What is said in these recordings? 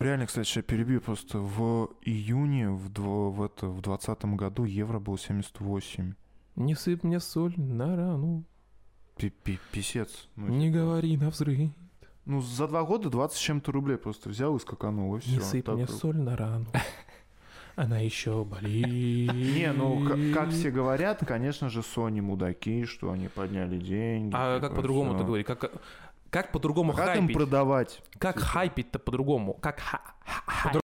Реально, кстати, я перебью просто. В июне в, дво- в, это, в 20 году евро было 78. Не сыпь мне соль на рану, Пи- пи- Писец. Ну, не типа. говори на взрыв. Ну, за два года 20 с чем-то рублей просто взял и скаканул, и все. Не сыпь мне соль на рану. Она еще болит. Не, Не, ну, к- как все говорят, конечно же, Sony мудаки, что они подняли деньги. А такое как по-другому типа, всё. ты говоришь? Как, как А по-другому Как им хайпить? продавать? Как типа? хайпить-то по-другому? Как ха- ха- хайп?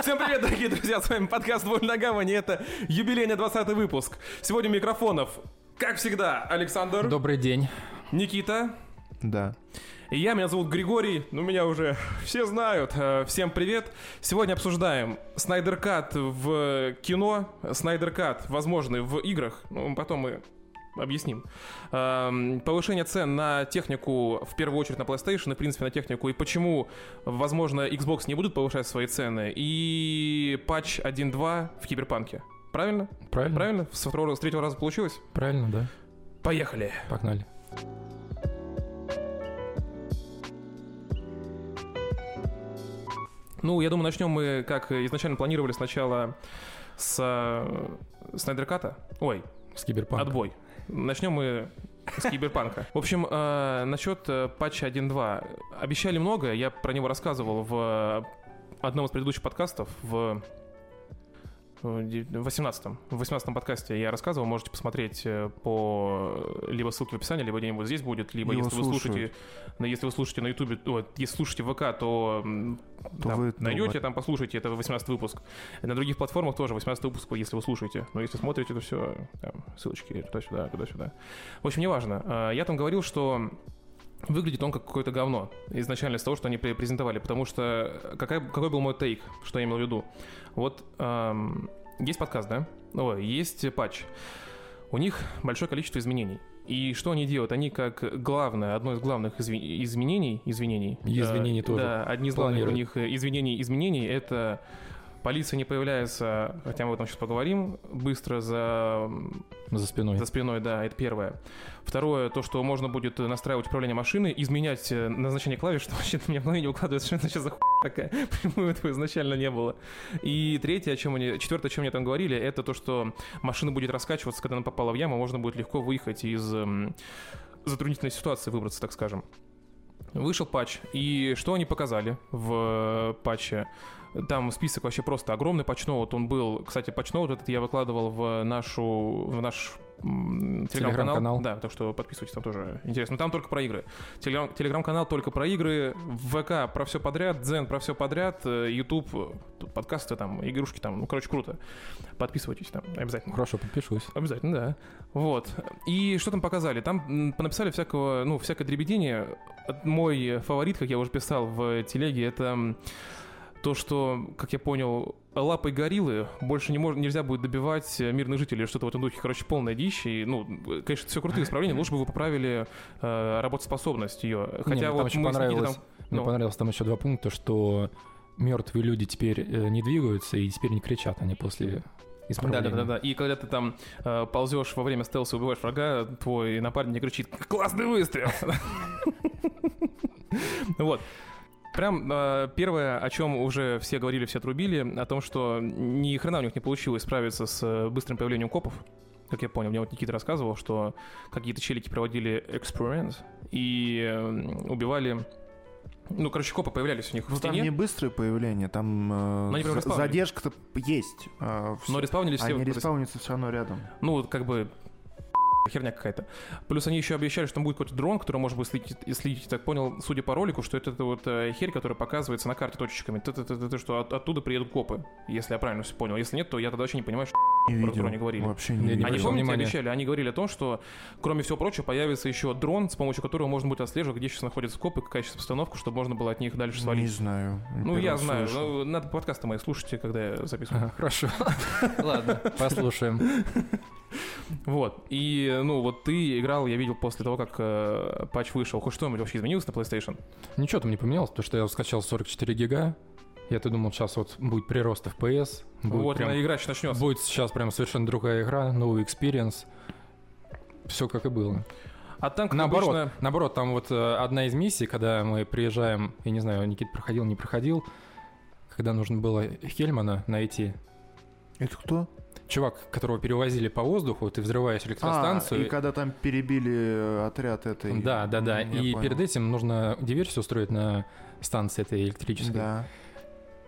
Всем привет, дорогие друзья, с вами подкаст «Вольная гавань», и это юбилейный 20 выпуск. Сегодня у микрофонов, как всегда, Александр, Добрый день. Никита, Да. и я, меня зовут Григорий, ну меня уже все знают. Э, Всем привет. Сегодня обсуждаем Снайдеркат в кино, Снайдеркат, возможно, в играх, ну, потом мы объясним. Эм, Повышение цен на технику, в первую очередь на PlayStation, и, в принципе, на технику, и почему, возможно, Xbox не будут повышать свои цены, и патч 1.2 в Киберпанке. Правильно? Правильно? Правильно? Со второго, с третьего раза получилось? Правильно, да. Поехали! Погнали. Ну, я думаю, начнем мы, как и изначально планировали, сначала с э, Снайдерката. Ой, С киберпанком. отбой. Начнем мы с Киберпанка. В общем, э, насчет э, патча 1.2. Обещали много, я про него рассказывал в э, одном из предыдущих подкастов, в э, де- 18-м. В 18 подкасте я рассказывал, можете посмотреть э, по э, либо ссылке в описании, либо где-нибудь здесь будет, либо Его если вы слушаете, слушают. на- если вы слушаете на Ютубе, ой, если слушаете в ВК, то, м, То там вы- найдете, ну, там послушайте, это 18 выпуск. На других платформах тоже 18 выпуск, если вы слушаете. Но если смотрите, то все, ссылочки туда-сюда, туда-сюда. В общем, неважно. А, Я там говорил, что выглядит он как какое-то говно изначально из того, что они пре- презентовали, потому что э, какая, какой был мой тейк, что я имел в виду. Вот эм, есть подкаст, да? Ой, есть патч. У них большое количество изменений. И что они делают? Они как главное, одно из главных изви- изменений, изменений. И изменений э, тоже Да, одни из главных у планируют. них э, изменений, изменений это полиция не появляется, хотя мы об этом сейчас поговорим, быстро за м, За спиной. за спиной, да, это первое. Второе, то, что можно будет э, настраивать управление машины, изменять э, назначение клавиш, что вообще-то у меня в голове не укладывается, что это сейчас за хуйня такая. Почему этого изначально не было? И третье, о чем они, четвертое, о чем мне там говорили, это то, что машина будет раскачиваться, когда она попала в яму, можно будет легко выехать из эм, затруднительной ситуации, выбраться, так скажем. Вышел патч, и что они показали в э, патче? Там список вообще просто огромный. Патчноут он был. Кстати, патчноут этот я выкладывал в нашу в наш м, телеграм-канал. Телеграм-канал. да, так что подписывайтесь, там тоже интересно. Но там только про игры. Телеграм- Телеграм-канал только про игры, ВК про все подряд, Дзен про все подряд, э, Ютуб, э, тут подкасты там, игрушки там. Ну, короче, круто. Подписывайтесь там обязательно. Хорошо, подпишусь. Обязательно, да. Вот. И что там показали? Там м, понаписали всякого, ну, всякое дребедение. От- Мой фаворит, как я уже писал в телеге, это м, то, что, как я понял, лапой гориллы больше не мож- нельзя будет добивать э, мирных жителей, что-то в этом духе. Короче, полная дичь. И, ну, э, конечно, все крутые исправления. Лучше бы вы поправили э, работоспособность ее. Не, мне Хотя там вот еще мы с Никитой понравилось. там- Мне ну. понравилось там еще два пункта, что мертвые люди теперь э, не двигаются и теперь не кричат они после Да, исправления. да, да, да. И когда ты там э, ползешь во время стелса и убиваешь врага, твой напарник не кричит «Классный выстрел!» Вот. Прям э, первое, о чем уже все говорили, все трубили, о том, что ни хрена у них не получилось справиться с э, быстрым появлением копов. Как я понял, мне вот Никита рассказывал, что какие-то челики проводили эксперимент и э, убивали... Ну, короче, копы появлялись у них в Ну, там стене, не быстрое появление, там Но э, они прям за- респаунили. задержка-то есть. э, всё. но респаунились все... Они вот- респаунятся все равно рядом. Ну, вот как бы херня какая-то. Плюс они еще обещали, что там будет какой-то дрон, который может будет следить, и следить. так понял, судя по ролику, что это, эта вот э, херь, которая показывается на карте точечками. Ты-ты-ты-ты, что от- оттуда приедут копы, если я правильно все понял. Если нет, то я тогда вообще не понимаю, что... Не Про видел. дрон не говорили. Вообще не Я не видел. Они, обращал помните, внимания. обещали, они говорили о том, что, кроме всего прочего, появится еще дрон, с помощью которого можно будет отслеживать, где сейчас находятся копы, какая сейчас обстановка, чтобы можно было от них дальше Не свалить. знаю. Ну, я Первый знаю. слышу. Ну, надо подкасты мои слушайте, когда я записываю. Ага, хорошо. Ладно, послушаем. Вот. И, ну, вот ты играл, я видел после того, как э, патч вышел. Хоть что-нибудь вообще изменилось на PlayStation? Ничего там не поменялось, потому что я скачал 44 гига, Я-то думал, сейчас вот будет прирост FPS, будет, вот, прям- она игра сейчас начнется. будет сейчас прям совершенно другая игра, новый экспириенс. Все как и было. А там, как Наоборот, обычно, наоборот, там вот э, одна из миссий, когда мы приезжаем, я не знаю, Никит проходил, не проходил, когда нужно было Хельмана найти. Это кто? Чувак, которого перевозили по воздуху, ты взрываешь А, электростанцию. и когда там перебили э, отряд этой... Да, да, да. М, я и понял. перед этим нужно диверсию устроить на станции этой электрической. Да.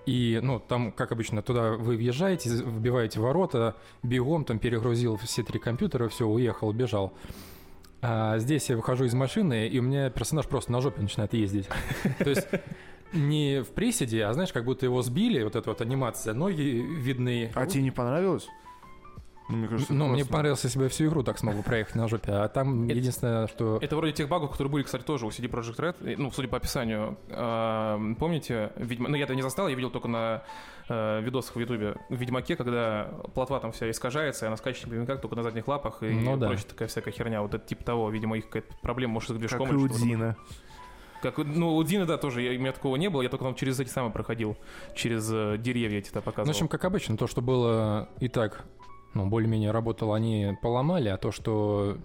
И, ну, там, как обычно, туда вы въезжаете, з- вбиваете ворота, бегом там перегрузил все три компьютера, все, уехал, бежал. А здесь я выхожу из машины, и у меня персонаж просто на жопе начинает ездить. То есть не в приседе, а знаешь, как будто его сбили, вот эта вот анимация, ноги видны. А тебе не понравилось? Ну, мне кажется, Ну, мне классно. понравилось, если бы я всю игру так смогу проехать на жопе, а там Это- единственное, что... это вроде тех багов, которые были, кстати, тоже у CD Project Red. И, Ну, судя по описанию, э, помните, Ведьма... ну я это не застал, я видел только на э, видосах в Ютубе в Ведьмаке, когда плотва там вся искажается, и она скачет на прямиках только на задних лапах и Ну да. прочая такая всякая херня. Вот это типа того, видимо, их какая-то проблема, может, с Как движком и или у что-то такое. Дина. Как, ну, у Дины, да, тоже, я- у меня такого не было, я только там через эти самые проходил, через э, деревья эти там Ну, В показывал. общем, как обычно, то, что было и так, ну, более-менее работало, они поломали, а то, что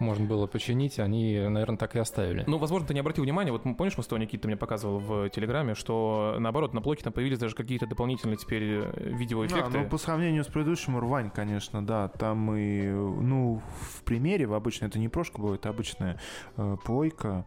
можно было починить, они, наверное, так и оставили. Ну, возможно, ты не обратил внимания, вот м, помнишь, мы с тобой, Никита, ты мне показывал в Телеграме, что, э, наоборот, на блоке там появились даже какие-то дополнительные теперь э, А, видеоэффекты. ну, по сравнению с предыдущим, рвань, конечно, да. Там и, э, ну, в примере, в обычной, это не прошка была, это обычная э, плойка.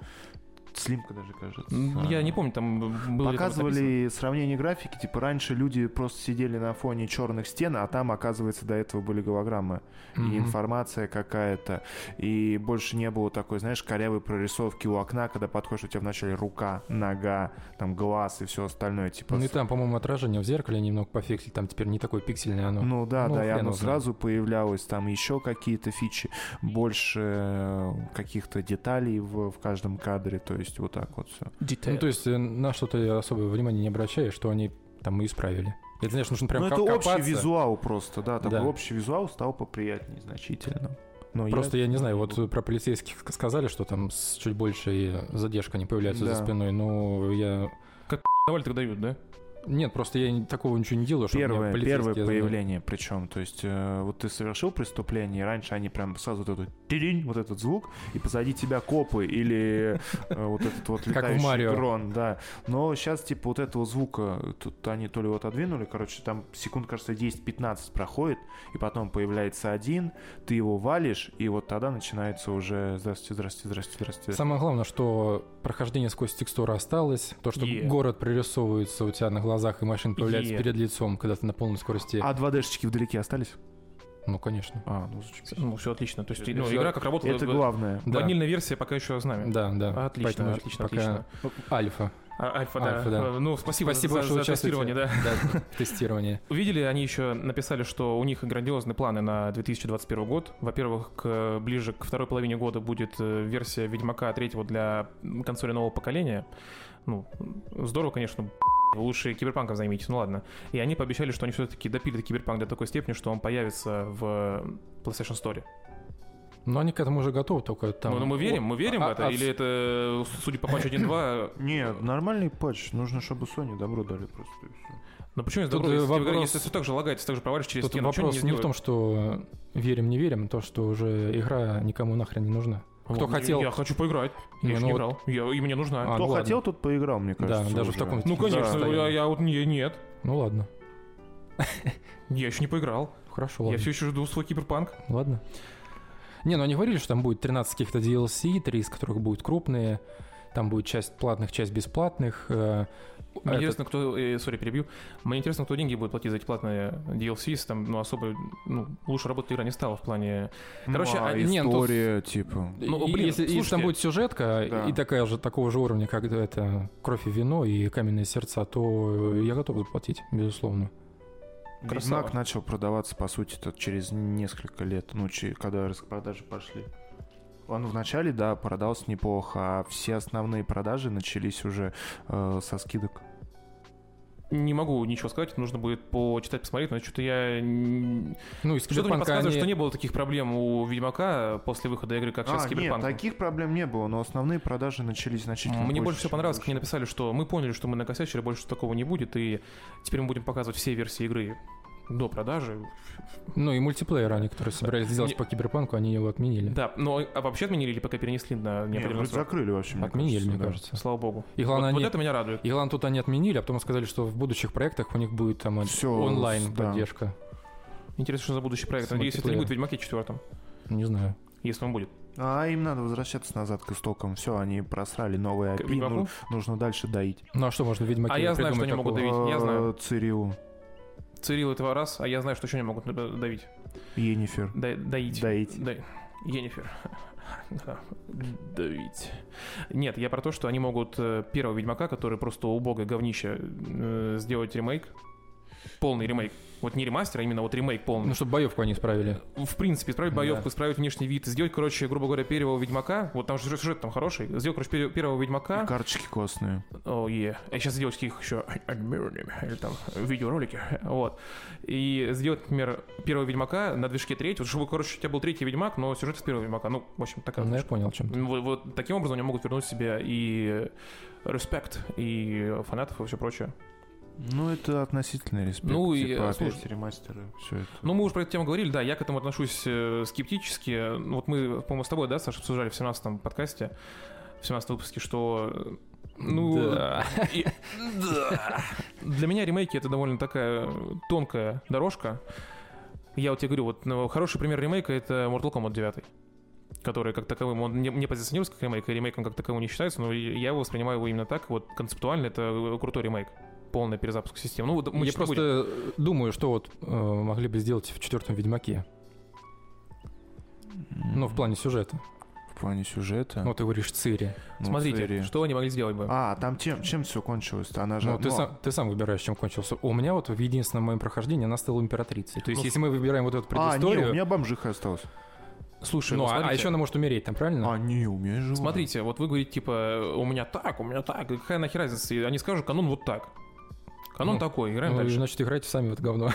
Слимка даже, кажется. М, ну, Я А. не помню, там м, было ли там написано. Показывали сравнение графики, типа раньше люди просто сидели на фоне черных стен, а там, оказывается, до этого были голограммы Мгм. и информация какая-то, и больше не было такой, знаешь, корявой прорисовки у окна, когда подходишь, у тебя вначале рука, нога, там глаз и все остальное, типа. Ну и с- там, по-моему, отражение в зеркале немного пофиксили, там теперь не такое пиксельное оно. Ну да, ну, да, и хрен оно его знает. сразу появлялось, там еще какие-то фичи, больше э, каких-то деталей в, в каждом кадре, то есть вот так вот все. Ну, то есть э, на что-то особое внимание не обращаешь, что они там и исправили. Это, знаешь, нужно прям Ну ко- это общий копаться. визуал просто, да, такой Да. общий визуал стал поприятнее значительно. Но я- Просто я не знаю, вот э, про полицейских к- сказали, что там с чуть больше задержка не появляется за Да. спиной, но я... Давали тогда дают, да? Нет, просто я не- такого ничего не делаю, что Первое, первое появление, причем, то есть э, вот ты совершил преступление, и раньше они прям сразу вот этот «тиринь», вот этот звук, и позади тебя копы или э, вот этот вот Как в летающий Марио. дрон, да. Но сейчас типа вот этого звука, тут они то ли вот отодвинули, короче, там секунд, кажется, 10-15 проходит, и потом появляется один, ты его валишь, и вот тогда начинается уже «здравствуйте, здравствуйте, здравствуйте, здравствуйте». Самое главное, что прохождение сквозь текстуры осталось, то, что Е. город прорисовывается у тебя на глазах, и машины появляются Е. перед лицом, когда ты на полной скорости. А 2D-шечки вдалеке остались? Ну, конечно. А, ну зачем? Ну, все отлично. То есть, ну, Всё. игра как работала. Это в- главное. Да. Ванильная версия пока еще с нами. Да, да. Э, Отлично, Поэтому отлично, пока отлично. Альфа. А, Альфа, да. Альфа, да. Э, Ну, спасибо, Спасибо, за, что за участвуете. тестирование, да. Да, тестирование. Увидели, они еще написали, что у них грандиозные планы на 2021 год. Во-первых, к, ближе к второй половине года будет э, версия Ведьмака третьего для м, консоли нового поколения. Ну, здорово, конечно, б***ь, вы лучше киберпанком займитесь, ну ладно. И они пообещали, что они все-таки допилят киберпанк до такой степени, что он появится в PlayStation Store. Но они к этому уже готовы, только там... ну, ну, мы верим, мы верим а- в это, а- или это, судя по патчу 1.2, Нет, нормальный патч. Нужно, чтобы Sony добро дали просто. и всё. ну почему не Тут, добро, если, э, тебе игра- вопрос- если все так же лагает, если так же провалишь через Тут стену, ничего вопрос не, не в том, что верим, не верим, а то, что уже игра никому нахрен не нужна. кто хотел- ну, Я хочу поиграть. Я Не, еще ну не вот- играл. Я, и мне нужна. А, Кто ну хотел, тот поиграл, мне кажется. даже в уже. таком- Ну, конечно, Да. я, я вот не, нет. Ну, ладно. Я еще не поиграл. Хорошо, ладно. Я А все еще жду свой киберпанк. Ладно. Не, ну они говорили, что там будет 13 каких-то DLC, 3 из которых будут крупные. Там будет часть платных, часть бесплатных. э, Мне этот- интересно, кто... э, сори, перебью. Мне интересно, кто деньги будет платить за эти платные DLC, если там, ну, особо... Ну, лучше работать игра не стала в плане... Ну, Короче, а а, не, ну, тут- история, типа. Ну, И блин, если, если слушайте. там будет сюжетка Да. и такая же, такого же уровня, как это «Кровь и вино» и «Каменные сердца», то я готов заплатить, безусловно. красава. Ведьмак начал продаваться, по сути, то через несколько лет, ну, че- когда распродажи пошли. Он вначале, да, продался неплохо, а все основные продажи начались уже э, со скидок. Не могу ничего сказать, нужно будет почитать, посмотреть, но что-то я... н- Ну, из Что-то мне Киберпанка подсказывает, они- что не было таких проблем у Ведьмака после выхода игры, как сейчас с А, нет, Киберпанком. таких проблем не было, но основные продажи начались значительно Мне больше всего чем понравилось, как раньше. мне написали, что мы поняли, что мы накосячили, больше такого не будет, и теперь мы будем показывать все версии игры до продажи. Ну, и мультиплеер они, которые собирались сделать Не- по Киберпанку, они его отменили. Да, но а вообще отменили или пока перенесли на Не, неопределенный вроде срок? закрыли вообще, мне Отменили, мне да. кажется. Слава богу. И главное, вот, вот они- это меня радует. И главное, тут они отменили, а потом сказали, что в будущих проектах у них будет там Всё, онлайн да. поддержка. Интересно, что за будущий проект. С Надеюсь, это не мультиплеером. будет в Ведьмаке четвертом, Не знаю. если он будет. А им надо возвращаться назад к истокам. Все, они просрали новые К API, ну, Ведьмаку? нужно дальше доить. Ну а что можно в Ведьмаке А я знаю, что придумать они могут такого? давить. Я Э, знаю. Цириу, Цирил этого раз, а я знаю, что еще не могут э, давить. Енифер. Да- Доить. Доить. Да. Енифер. Давить. Нет, я про то, что они могут э, первого Ведьмака, который просто убогое говнище, э, сделать ремейк. Полный ремейк. Вот не ремастер, а именно вот ремейк полный. Ну, чтобы боевку они исправили. В принципе, исправить боевку, Да. исправить внешний вид, сделать, короче, грубо говоря, первого Ведьмака. Вот там же сюжет там хороший. Сделать, короче, пер- первого И Ведьмака. карточки классные. О, е. Я сейчас сделаю таких еще admirable, или там видеоролики, вот. И сделать, например, первого Ведьмака на движке третьего, чтобы, короче, у тебя был третий Ведьмак, но сюжет из первого Ведьмака, ну, в общем, такая Ну, я фишка. понял, о чем. ты. Ну, Вот, вот таким образом они могут вернуть себе и э, респект, и э, фанатов, и все прочее. Ну, это относительный респект. Ну и, типа, э, опять слушай, ремастеры, все это. типа. Ну, мы уже про эту тему говорили, да, я к этому отношусь э, скептически. Ну, Вот мы, по-моему, с тобой, да, Саша, обсуждали в 17-м подкасте, в 17 выпуске, что... э, Ну, Да. и- Для меня ремейки это довольно такая э, тонкая дорожка. Я вот тебе говорю, вот ну, хороший пример ремейка это Mortal Kombat 9, который как таковым, он не, не позиционируется как ремейк, и ремейком как таковым не считается, но я его воспринимаю его именно так, вот концептуально это крутой ремейк, полный перезапуск системы. Ну, вот мы Я чё-то будем. просто думаю, что вот э, могли бы сделать в четвертом Ведьмаке. Ну, в плане сюжета. В плане сюжета. Ну, ты говоришь Цири. ну, Смотрите, Цири. что они могли сделать бы. А, там чем, чем все кончилось-то? Она же... Ну, ты, ну, а- сам, ты сам выбираешь, чем кончился. У меня вот в единственном моем прохождении она стала императрицей. То есть, Ну, если мы выбираем вот эту А, не, предысторию... у меня бомжиха осталась. Слушай, Ну, ну, а- а, смотрите. еще она может умереть там, правильно? А, не, у меня Ну жива. Смотрите, вот вы говорите, типа, у меня так, у меня так, и какая нахер разница? И Они скажут, канон вот так. Канон Ну, такой, играем Ну, дальше. значит, играйте сами в это говно.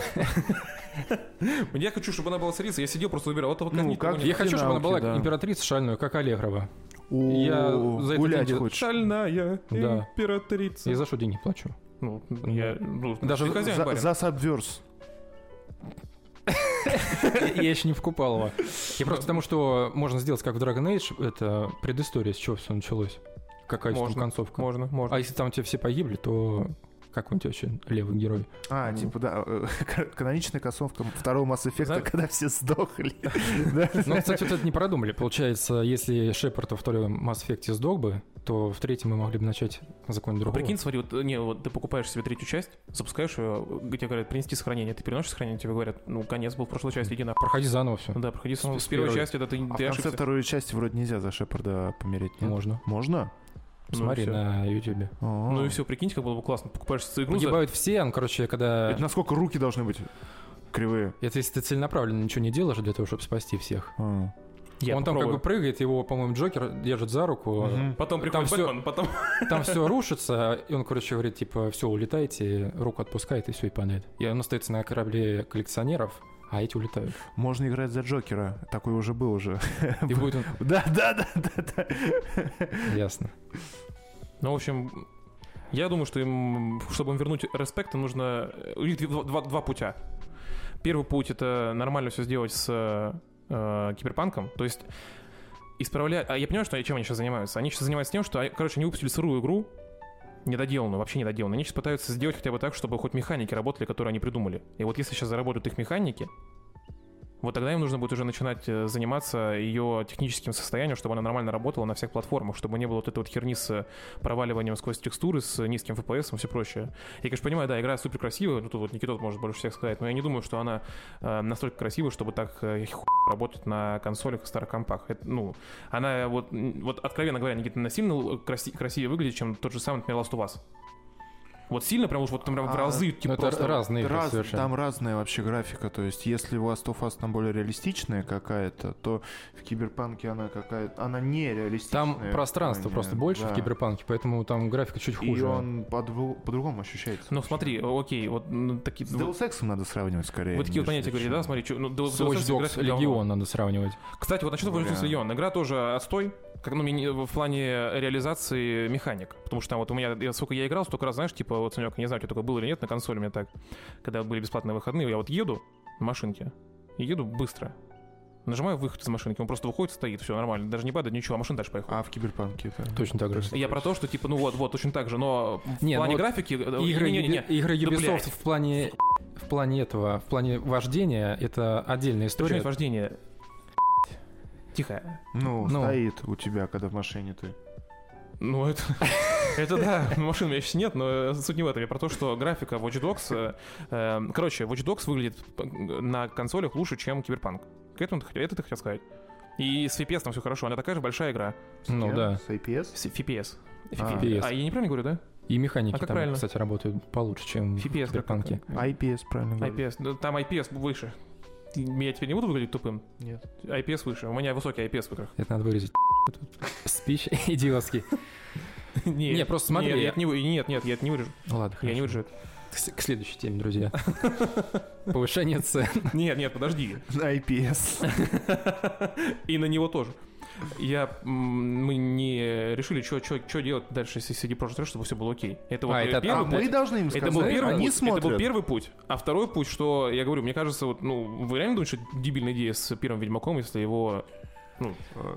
Я хочу, чтобы она была царица, я сидел, просто выбирал, вот, вот Ну, как, ни того, как ни Я хочу, чтобы она была да. императрица шальную, как Аллегрова. О, Я за это гулять дел- того. хочешь. Шальная Да. императрица. Я за что денег плачу? Ну, я, ну, Даже ты хозяин За, барин. за Subverse. Я еще не вкупал его. Я просто потому, что можно сделать, как в Dragon Age, это предыстория, с чего все началось. Какая там Можно. концовка. Можно, можно. А если там те все погибли, то как он тебя вообще левый герой? А, Ну. типа, да, э, кан- каноничная концовка второго Mass Effect, Знаешь- когда все сдохли. Да. А Ну, кстати, вот это не продумали. Получается, если Шепард во втором Mass Effect сдох бы, то в третьем мы могли бы начать закон Ну, другого. Прикинь, смотри, вот, э, не, вот ты покупаешь себе третью часть, запускаешь ее, тебе говорят, принести сохранение, ты переносишь сохранение, тебе говорят, ну, конец был в прошлой части, иди на... Проходи заново все. Да, проходи с, Ну, с с первой первой. части, да, ты, А в ты конце ошибся. второй части вроде нельзя за Шепарда помереть, нет? Можно. Можно? Ну, Смотри всё. на Ютубе. О. Ну и все, прикиньте, как было бы классно. Покупаешь игру Ну, за Погибают все, он, короче, когда... Это насколько руки должны быть кривые? Это если ты целенаправленно ничего не делаешь для того, чтобы спасти всех. А. Я он там попробую. как бы прыгает, его, по-моему, Джокер держит за руку, а Мгм. Потом Там приходит всё- Бэтмен, потом... Там все рушится, и он, короче, говорит, типа, все, улетайте, руку отпускает, и все, и падает. И он остается на корабле коллекционеров, а эти улетают. Можно играть за Джокера. Такой уже был уже. И будет он... Да, да, да, да, да. Ясно. Ну, в общем, я думаю, что им, чтобы им вернуть респект, им нужно... э, У них два, два- два путя. Первый путь — это нормально все сделать с э, киберпанком, то есть исправлять... А я понимаю, что чем они сейчас занимаются? Они сейчас занимаются тем, что, они- короче, они выпустили сырую игру, недоделанную, вообще недоделанную. Они сейчас пытаются сделать хотя бы так, чтобы хоть механики работали, которые они придумали. И вот если сейчас заработают их механики, вот тогда им нужно будет уже начинать э, заниматься ее техническим состоянием, чтобы она нормально работала на всех платформах, чтобы не было вот этой вот херни с э, проваливанием сквозь текстуры с э, низким FPS и все прочее. Я, конечно, понимаю, да, игра супер красивая, ну тут вот Никитот может больше всех сказать, но я не думаю, что она э, настолько красивая, чтобы так э, ху- работать на консолях и старых компах. Это, ну, она вот, э, м, вот откровенно говоря, Никита, она сильно л- краси- красивее выглядит, чем тот же самый, например, Last of Us. Вот сильно, прям уж вот там прям в А, разы, Ну, типа, это просто... разные игры Раз- совершенно. там разная вообще графика, то есть если у Last of Us там более реалистичная какая-то, то в Киберпанке она какая-то, она не реалистичная. Там в пространство плане, просто больше да. в киберпанке, поэтому там графика чуть И хуже. он подву- по-другому ощущается. Ну смотри, окей, вот ну, такие... С Deus Ex'ом надо сравнивать скорее. Вы такие вот нежели понятия говорите, чем- да, смотри, чё- ну, Deus С Ex Watch Dogs графика говно. Легион надо сравнивать. Кстати, вот насчет Watch Dogs Бля. Legion. Игра тоже отстой, как, ну, мне не- в плане реализации механик. Потому что там вот у меня, я, сколько я играл, столько раз, знаешь, типа, вот, Санек, не знаю, у тебя такое было или нет, на консоли у меня так, когда были бесплатные выходные, я вот еду на машинке, и еду быстро. Нажимаю выход из машинки, он просто выходит, стоит, все нормально, даже не падает, ничего, а машина дальше поехала. А в Киберпанке это... Точно так же. Я про то, что типа, ну вот, вот, точно так же, но в А, Не, ну плане вот графики... э, Игры, не-не-не. Юби- игры Да, Ubisoft блядь. в плане в плане этого, в плане вождения, это отдельная Причем история. есть вождение. Тихо. Ну, Ну. стоит у тебя, когда в машине ты. Ну, это... Это да, Ну, машин у меня сейчас нет, но суть не в этом. Я про то, что графика Watch Dogs... э, э, короче, Watch Dogs выглядит э, на консолях лучше, чем Киберпанк. К этому ты хотел, это ты хотел сказать. И с FPS там все хорошо, она такая же большая игра. С Ну кем? да. С APS? С FPS. А. FPS. А я неправильно говорю, да? И механики А как там, правильно? кстати, работают получше, чем в FPS. как- киберпанке. IPS, правильно говорю. IPS. Ну, Там IPS выше. Я теперь не буду выглядеть тупым? Нет. IPS выше. У меня высокий IPS в играх. Это надо вырезать. Спич идиотский. Нет, Не, просто смотри. Нет, я это не вы- нет, нет, я это не вырежу. Ну Ладно, Я не хорошо. вырежу это. К с- к следующей теме, друзья. Повышение цен. Нет, нет, подожди. IPS. И на него тоже. Я, м, мы не решили, что делать дальше с CD Projekt Red, чтобы все было окей. Это вот А, э, это А первый путь. мы должны им сказать. Это был, первый Они путь, это был смотрят. первый путь. А второй путь, что я говорю, мне кажется, вот, ну, вы реально думаете, что дебильная идея с первым Ведьмаком, если его... Ну,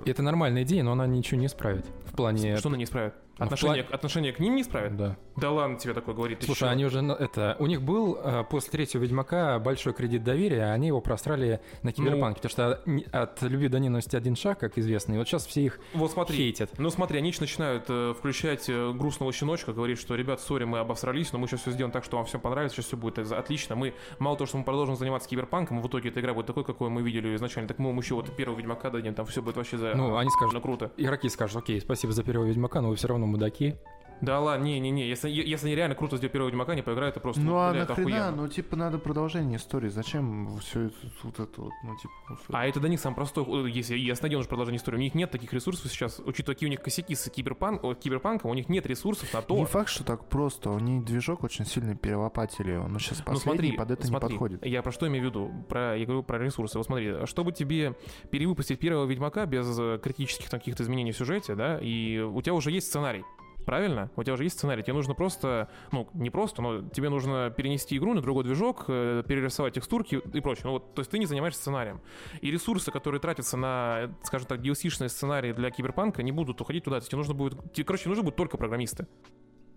Это нормальная идея, но она ничего не исправит. В плане... что она не исправит? Ну, в Отношение, плане- к- отношение к ним не исправит? Да. Да ладно тебе такое говорит. ты Слушай, чё? они уже на- это. У них был э, после третьего Ведьмака большой кредит доверия, а они его просрали Ну. на киберпанке, потому что не- от любви до ненависти один шаг, как известно, и вот сейчас все их Вот смотри, хейтят. Ну смотри, они же начинают э, включать э, грустного щеночка, говорить, что, ребят, сори, мы обосрались, но мы сейчас все сделаем так, что вам всем понравится, сейчас все будет из- отлично. Мы, мало того, что мы продолжим заниматься киберпанком, в итоге эта игра будет такой, какой мы видели её изначально, так мы вам еще вот первого Ведьмака дадим, там все будет вообще за... Ну, они скажут, ну, круто. игроки скажут, окей, спасибо за первого Ведьмака, но вы все равно мудаки. Да ладно, не-не-не, если, е- если они реально круто сделают первого Ведьмака, не поиграют, это просто... Ну а это нахрена? охуенно. Ну типа надо продолжение истории. Зачем все это вот это вот? Ну типа. ну, всё. А это для них самый простой, ход, если ясно, где он же продолжение истории. У них нет таких ресурсов сейчас, учитывая, какие у них косяки с киберпан- о, киберпанком, у них нет ресурсов на то, Не факт, что так просто. Они движок очень сильно перелопатили. Он сейчас Ну, последний под это не смотри, подходит. Я про что имею в виду? Про, я говорю про ресурсы. Вот смотри, чтобы тебе перевыпустить первого Ведьмака без э, критических там каких-то изменений в сюжете, да, и у тебя уже есть сценарий. Правильно? У тебя уже есть сценарий. Тебе нужно просто, ну, не просто, но тебе нужно перенести игру на другой движок, э, перерисовать текстурки и прочее. Ну вот, то есть ты не занимаешься сценарием. И ресурсы, которые тратятся на, э, скажем так, DLC-шные сценарии для киберпанка, не будут уходить туда. То есть тебе нужно будет. Тебе, короче, нужны будут только программисты.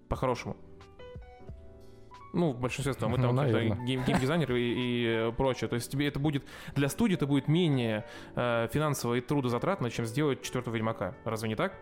По-хорошему. Ну, в большинстве своем, это Ну, там какие-то наверное. гейм- геймдизайнеры и, и, э, прочее. То есть тебе это будет для студии это будет менее э, финансово и трудозатратно, чем сделать четвертого Ведьмака. Разве не так?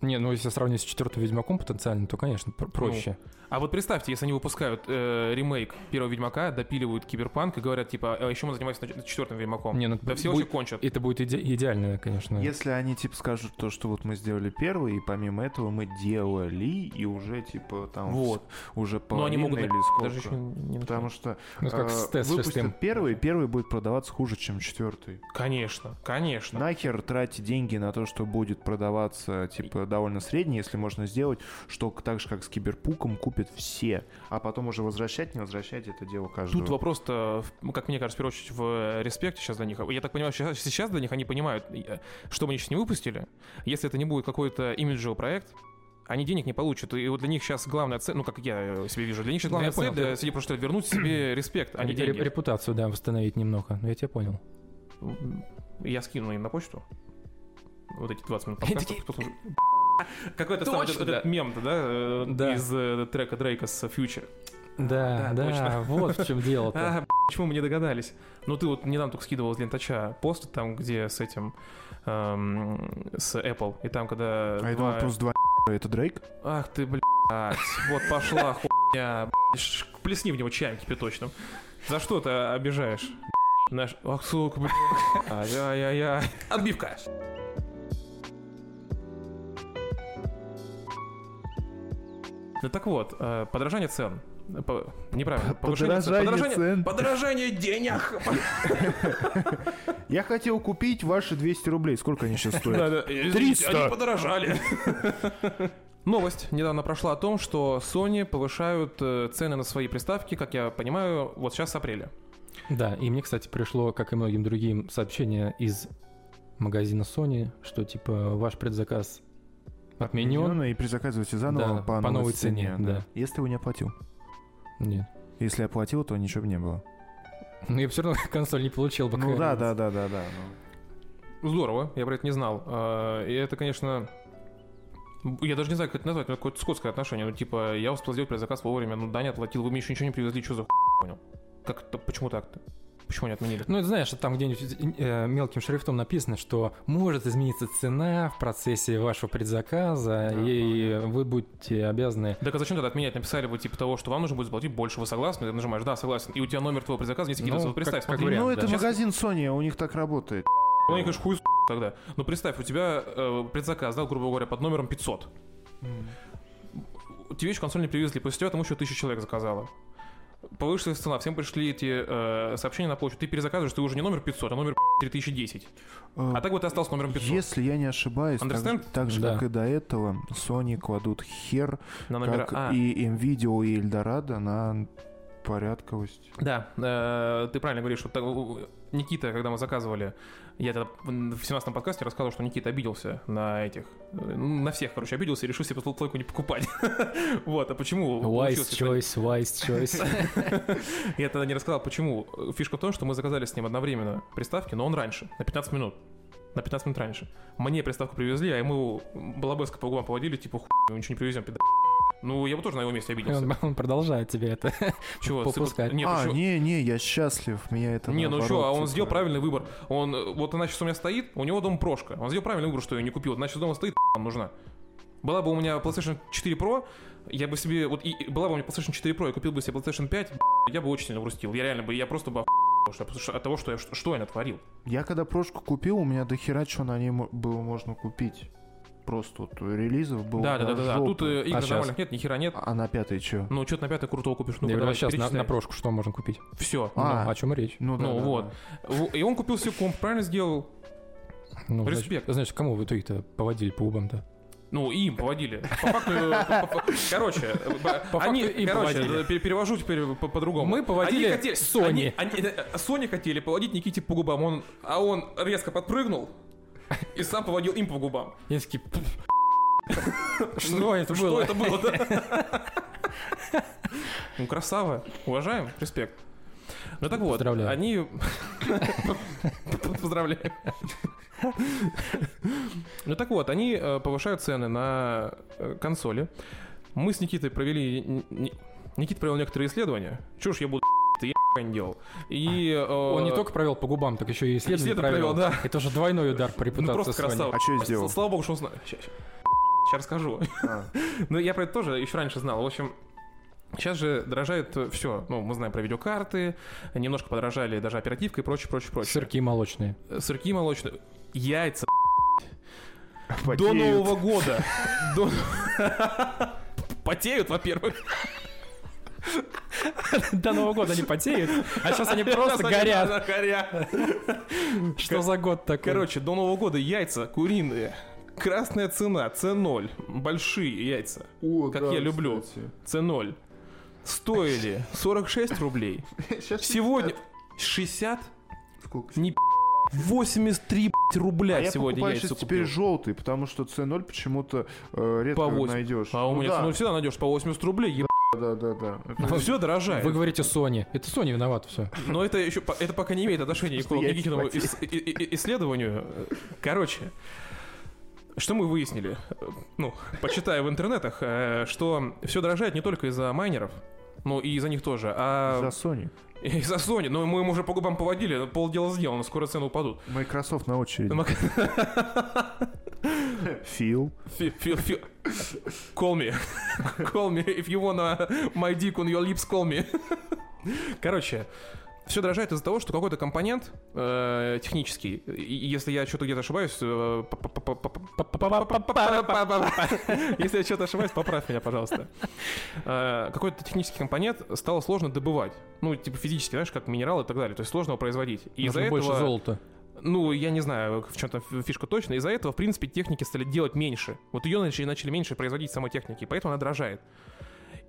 Не, ну если сравнивать с четвертым Ведьмаком потенциально, то, конечно, пр- проще. А вот представьте, если они выпускают э, ремейк первого Ведьмака, допиливают Киберпанк и говорят, типа, «А еще мы занимаемся нач- четвертым Ведьмаком. Не, ну, да все будет- вообще кончат. Это будет иде- идеально, конечно. Если они типа скажут то, что вот мы сделали первый, и помимо этого мы делали, и уже типа там Вот. вс- уже Но они половина могут... или на- сколько. Даже еще не начали. Потому что Ну, как э, с Т с выпустят шестым. первый, и первый будет продаваться хуже, чем четвертый. Конечно, конечно. Нахер тратить деньги на то, что будет продаваться типа довольно средний, если можно сделать, что к- так же как с Киберпуком купят все, а потом уже возвращать, не возвращать это дело каждого. Тут вопрос-то, в- ну, как мне кажется, в первую очередь в э, респекте сейчас для них. Я так понимаю, сейчас, сейчас для них они понимают, э, что бы они сейчас не выпустили, если это не будет какой-то имиджевый проект, они денег не получат. И вот для них сейчас главная цель, ну, как я э, себе вижу, для них сейчас Да, главная я понял, цель э, для ты- CD Projekt Red вернуть себе респект, а не Ре- деньги. Репутацию, да, восстановить немного. Ну, я тебя понял. Я скину им на почту вот эти 20 минут подкаста, Такие, послушай. Какой-то Точно, самый этот- этот да. мем-то, да, э, Да. из э, трека Дрейка с Future. Да, да, да, точно. вот в чем дело-то. А, б***ь, почему мы не догадались? Ну, ты вот недавно только скидывал из лентача пост там, где с этим, эм, с Apple, и там, когда... А я два- думал, плюс два это Дрейк? Ах ты, блядь, вот пошла хуйня, б***ь, ш- плесни в него чаем кипяточным. За что ты обижаешь? Наш... Ах, сука, блядь, ай-яй-яй, отбивка. Ну так вот, э, подорожание цен. Э, по- Неправильно. повышение цен. подорожание цен. Подорожание денег. Я хотел купить ваши 200 рублей. Сколько они сейчас стоят? Да-да, э, извините, 300. Они подорожали. Новость недавно прошла о том, что Sony повышают э, цены на свои приставки, как я понимаю, вот сейчас с апреля. Да, и мне, кстати, пришло, как и многим другим, сообщение из магазина Sony, что типа ваш предзаказ отменен. Миллионы и призаказывайте заново Да, по, новой цене. да. Если его не оплатил. Нет. Если оплатил, то ничего бы не было. Ну я все равно консоль не получил пока. Ну э, да, да, да, да, да. ну. Здорово, я про это не знал. А, И это, конечно... Я даже не знаю, как это назвать, но это какое-то скотское отношение. Ну, типа, я успел сделать предзаказ вовремя, ну да, не оплатил, вы мне еще ничего не привезли, что за хуй, понял? Как это, почему так-то? Почему не отменили? Ну, это знаешь, там где-нибудь э, мелким шрифтом написано, что может измениться цена в процессе вашего предзаказа, Да, и вы будете обязаны... Так а зачем тогда отменять? Написали бы типа того, что вам нужно будет заплатить больше, вы согласны? Ты нажимаешь «Да, согласен», и у тебя номер твоего предзаказа не скидывается. Ну, вот представь, как- как смотри, вариант, Ну да. это Сейчас- магазин Sony, у них так работает. ну, они, конечно, хуй с*** тогда. Ну, представь, у тебя э, предзаказ, да, грубо говоря, под номером 500. Тебе еще консоль не привезли, после тебя там еще тысяча человек заказало. Повышилась цена, всем пришли эти э, сообщения на почту. Ты перезаказываешь, ты уже не номер 500, а номер 3010. Э, А так вот ты остался номером 500 Если я не ошибаюсь, так, же- Understand? так же, Да. как и до этого, Sony кладут хер, на номера. как А, и Nvidia, и Эльдорадо на порядковость. Да, э, ты правильно говоришь, что так, у- Никита, когда мы заказывали, я тогда м, в 17 подкасте рассказывал, что Никита обиделся на этих, э, ну, на всех, короче, обиделся и решил себе плойку не покупать. Вот, а почему? Wise получилось это? choice, wise choice. Я тогда не рассказал, почему. Э, Фишка в том, что мы заказали с ним одновременно приставки, но он раньше, на 15 минут. На 15 минут раньше. Мне приставку привезли, а ему балабеска по губам поводили, типа, хуй, мы ничего не привезем, пидор. Ну, я бы тоже на его месте И Он обиделся. он продолжает тебе это. Чего? попускать. сыпать? Нет, а, почему? не, не, я счастлив, меня это Не, ну что, наоборот, а он типа, сделал правильный выбор. Он, э, вот она сейчас у меня стоит, у него дом прошка. Он сделал правильный выбор, что ее не купил. Она сейчас дома стоит, нам нужна. Была бы у меня PlayStation 4 Pro, я бы себе, вот и, и была бы у меня PlayStation 4 Pro, я купил бы себе PlayStation 5, я бы очень сильно грустил. Я реально бы, я просто бы охуел, что- что- от того, что я, что, что я натворил. Я когда прошку купил, у меня дохера чего на ней мо- было можно купить. Просто вот релизов было Да, да, да, да, да. жопа. Тут э, игр А щас? нормальных нет, ни хера нет. А на пятой что? Ну, что-то на пятый крутого купишь, ну Я говорю, сейчас на, на прошку что можно купить? Все. А. Ну, о чем речь? Ну, ну вот. И он купил себе комп, правильно сделал. Ну, значит- Респект. Значит, кому вы то поводили по губам-то? Ну, и им поводили. По факту, э, по- по- Короче, э, По факту они, им короче, поводили. э, пере- перевожу теперь по- по-другому. Мы поводили Они хотели- Sony. они- они- э, Sony хотели поводить Никите по губам, он, а он резко подпрыгнул и сам поводил им по губам. Я такие... «Пф, Ну, Что это Что было? это было, да? Ну, красава. Уважаем, респект. Ну так вот, Поздравляю. они... Поздравляю. Ну так вот, они э, повышают цены на э, консоли. Мы с Никитой провели... н- н- Никита провел некоторые исследования. Чушь я буду ты я нихуя не делал. И... э, Он не только провел по губам, так еще и исследование Исследование провел, провел. да. Это уже двойной удар по Ну репутации просто Sony. красава. А что я сделал? Слава богу, что он знает. Сейчас расскажу. А. Ну, я про это тоже еще раньше знал. В общем, сейчас же дорожает все. Ну, мы знаем про видеокарты, немножко подорожали даже оперативка и прочее, прочее, прочее. Сырки молочные. Сырки молочные. Яйца. До Потеют. Нового года. До- Потеют, во-первых. До Нового года они потеют, а сейчас они Сейчас просто они- горят. да, горят. Что за год такой? Короче, до Нового года яйца куриные. Красная цена, С0. Большие яйца. О, как да, я люблю. кстати. С0. Стоили 46 рублей. Сейчас Сегодня 60? Сколько? Не 83 блядь, рубля А я сегодня покупаю яйца сейчас купил. теперь желтый, потому что C0 почему-то э, редко По восемь. найдешь. А у Ну меня да, ну, всегда найдешь по 80 рублей, ебать. да, да, да. Это Ну, все дорожает. Вы говорите Sony. Это Sony виноват все. Но это еще по- это пока не имеет отношения к Что яйца Никитиному ис- и- и- исследованию. Короче, что мы выяснили? Ну, почитая в интернетах, э, что все дорожает не только из-за майнеров, ну и из-за них тоже, За а Sony. из-за Sony. Но мы им уже по губам поводили, полдела сделано, скоро цены упадут. Microsoft на очереди. Мак- Ну, Фил. Фи- фи- фи- Call me. Call me. If you wanna my dick on your lips, call me. Короче, все дрожает из-за того, что какой-то компонент э, технический, и- и если я что-то где-то ошибаюсь, э, если я что-то ошибаюсь, поправь меня, пожалуйста. Э, Какой-то технический компонент стало сложно добывать. Ну, типа физически, знаешь, как минералы и так далее. То есть сложно его производить. И из-за Нужно этого... больше золота. Ну, я не знаю, в чем там фишка точно. Из-за этого, в принципе, техники стали делать меньше. Вот ее начали, начали меньше производить самой техники, и поэтому она дрожает.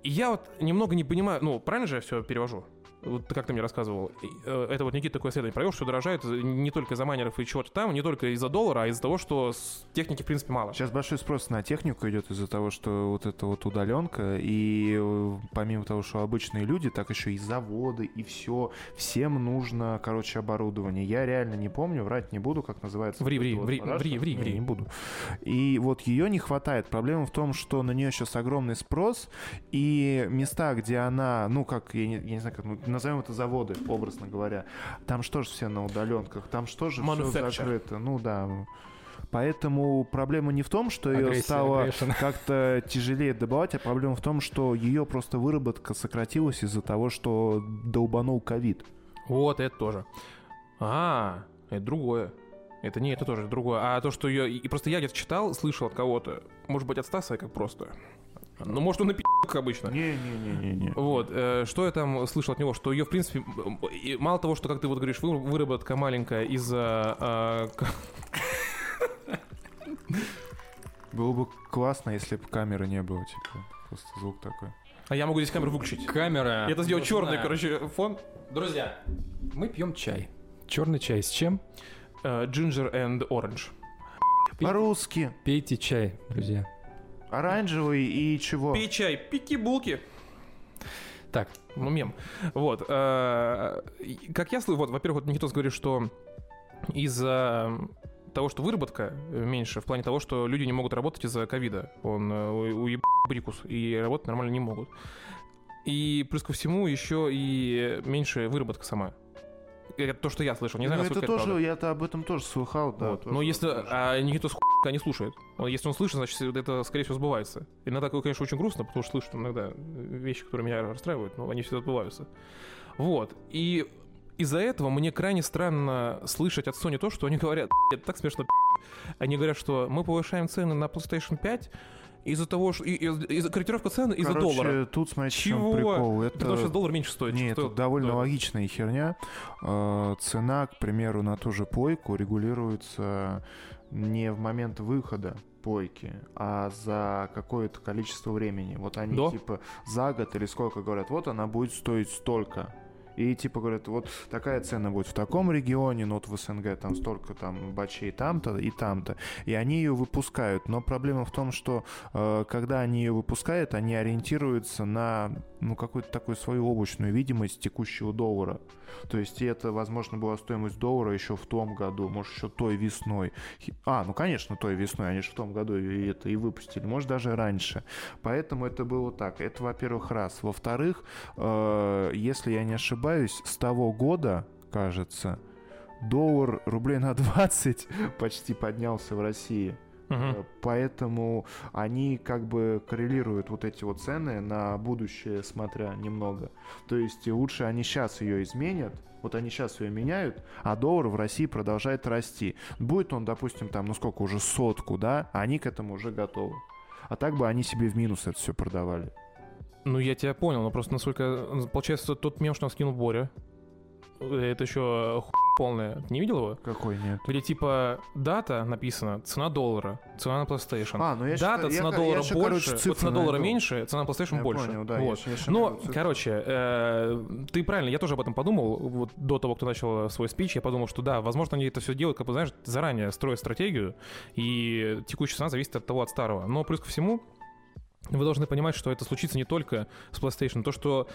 И я вот немного не понимаю, ну, правильно же я все перевожу? Вот ты как ты мне рассказывал, И, э, это вот Никита такое исследование провел, что дорожает не только из-за майнеров и чего-то там, не только из-за доллара, а из-за того, что с- техники, в принципе, мало. Сейчас большой спрос на технику идет из-за того, что вот это вот удаленка, и э, помимо того, что обычные люди, так еще и заводы, и все, всем нужно, короче, оборудование. Я реально не помню, врать не буду, как называется. Ври, вот ври, это вот ври, параша. ври, ври, Не, ври. Не буду. И вот ее не хватает. Проблема в том, что на нее сейчас огромный спрос, и места, где она, ну как, я не, я не знаю, как, ну, назовем это заводы, образно говоря, там что же все на удаленках, там что же все Manufacture. закрыто, ну да. Поэтому проблема не в том, что ее Агрессия, стало aggression. как-то тяжелее добывать, а проблема в том, что ее просто выработка сократилась из-за того, что долбанул ковид. Вот, это тоже. А, это другое. Это не, это тоже другое. А то, что ее... И просто я где-то читал, слышал от кого-то. Может быть, от Стаса, как просто. Ну, может, он и пи***, как обычно. Не-не-не-не-не. Вот, э, что я там слышал от него, что ее, в принципе, м- м- и мало того, что, как ты вот говоришь, вы- выработка маленькая из-за... а, к- Было бы классно, если бы камеры не было, типа, просто звук такой. А я могу здесь камеру выключить. Камера. Я это сделал нужна. черный, короче, фон. Друзья, мы пьем чай. Черный чай с чем? Э, Ginger and Orange. Пи- По-русски. Пейте чай, друзья. Оранжевый и чего? Пей чай, пики булки. Так, Ну, мем. Вот. э, и Как я слышу, вот, во-первых, вот Никитос говорит, что из-за того, что выработка меньше, в плане того, что люди не могут работать из-за ковида. Он э, у- уеб брикус, и работать нормально не могут. И плюс ко всему еще и меньше выработка сама. Это то, что я слышал. Не знаю, Ну, это насколько тоже, правда. я-то об этом тоже слыхал, да. Вот. тоже Но если... слышал. А Никитос хуй не слушает. Он- Если он слышит, значит, это, скорее всего, сбывается. Иногда такое, конечно, очень грустно, потому что слышу иногда вещи, которые меня расстраивают, но они всегда сбываются. Вот. И из-за этого мне крайне странно слышать от Sony то, что они говорят, «Б***ь, это так смешно, б***ь». они говорят, что мы повышаем цены на PlayStation 5 из-за того, что... и- и- из-за корректировка цен из-за Короче, доллара. тут, смотри, Чего? в чем прикол. Это... Потому что доллар меньше стоит. Не, что- это довольно да. логичная херня. Э, Цена, к примеру, на ту же пойку регулируется не в момент выхода пойки, а за какое-то количество времени. Вот они Да. типа за год или сколько говорят, вот она будет стоить столько. И типа говорят, вот такая цена будет в таком регионе, но вот в СНГ там столько там бачей там-то и там-то. И они ее выпускают. Но проблема в том, что э, когда они ее выпускают, они ориентируются на ну, какую-то такую свою облачную видимость текущего доллара. То есть и это, возможно, была стоимость доллара еще в том году, может, еще той весной. Хи- А, ну, конечно, той весной, они же в том году и это и выпустили, может, даже раньше. Поэтому это было так. Это, во-первых, раз. Во-вторых, э, если я не ошибаюсь, с того года, кажется, доллар рублей на 20 почти поднялся в России. Мгм. Э, Поэтому они как бы коррелируют вот эти вот цены на будущее, смотря немного. То есть и лучше они сейчас ее изменят, вот они сейчас ее меняют, а доллар в России продолжает расти. Будет он, допустим, там, ну сколько, уже сотку, да, а они к этому уже готовы. А так бы они себе в минус это все продавали. Ну, я тебя понял, но просто насколько... э, Получается, тот мем, что нам скинул Боря, э, это еще хуй полная. Ты не видел его? Какой нет? Где типа дата написана, цена доллара, цена на PlayStation. А, ну я Дата, щас- я- цена я доллара щас, короче, больше, вот цифры цена доллара найду. меньше, цена PlayStation Я больше. понял, да, я Вот. щас- я щас Но, найду цифры. Ну, короче, э, ты правильно, я тоже об этом подумал, вот до того, кто начал свой спич, я подумал, что да, возможно, они это все делают, как бы, знаешь, заранее строят стратегию, и текущая цена зависит от того, от старого. Но плюс ко всему, вы должны понимать, что это случится не только с PlayStation. То, что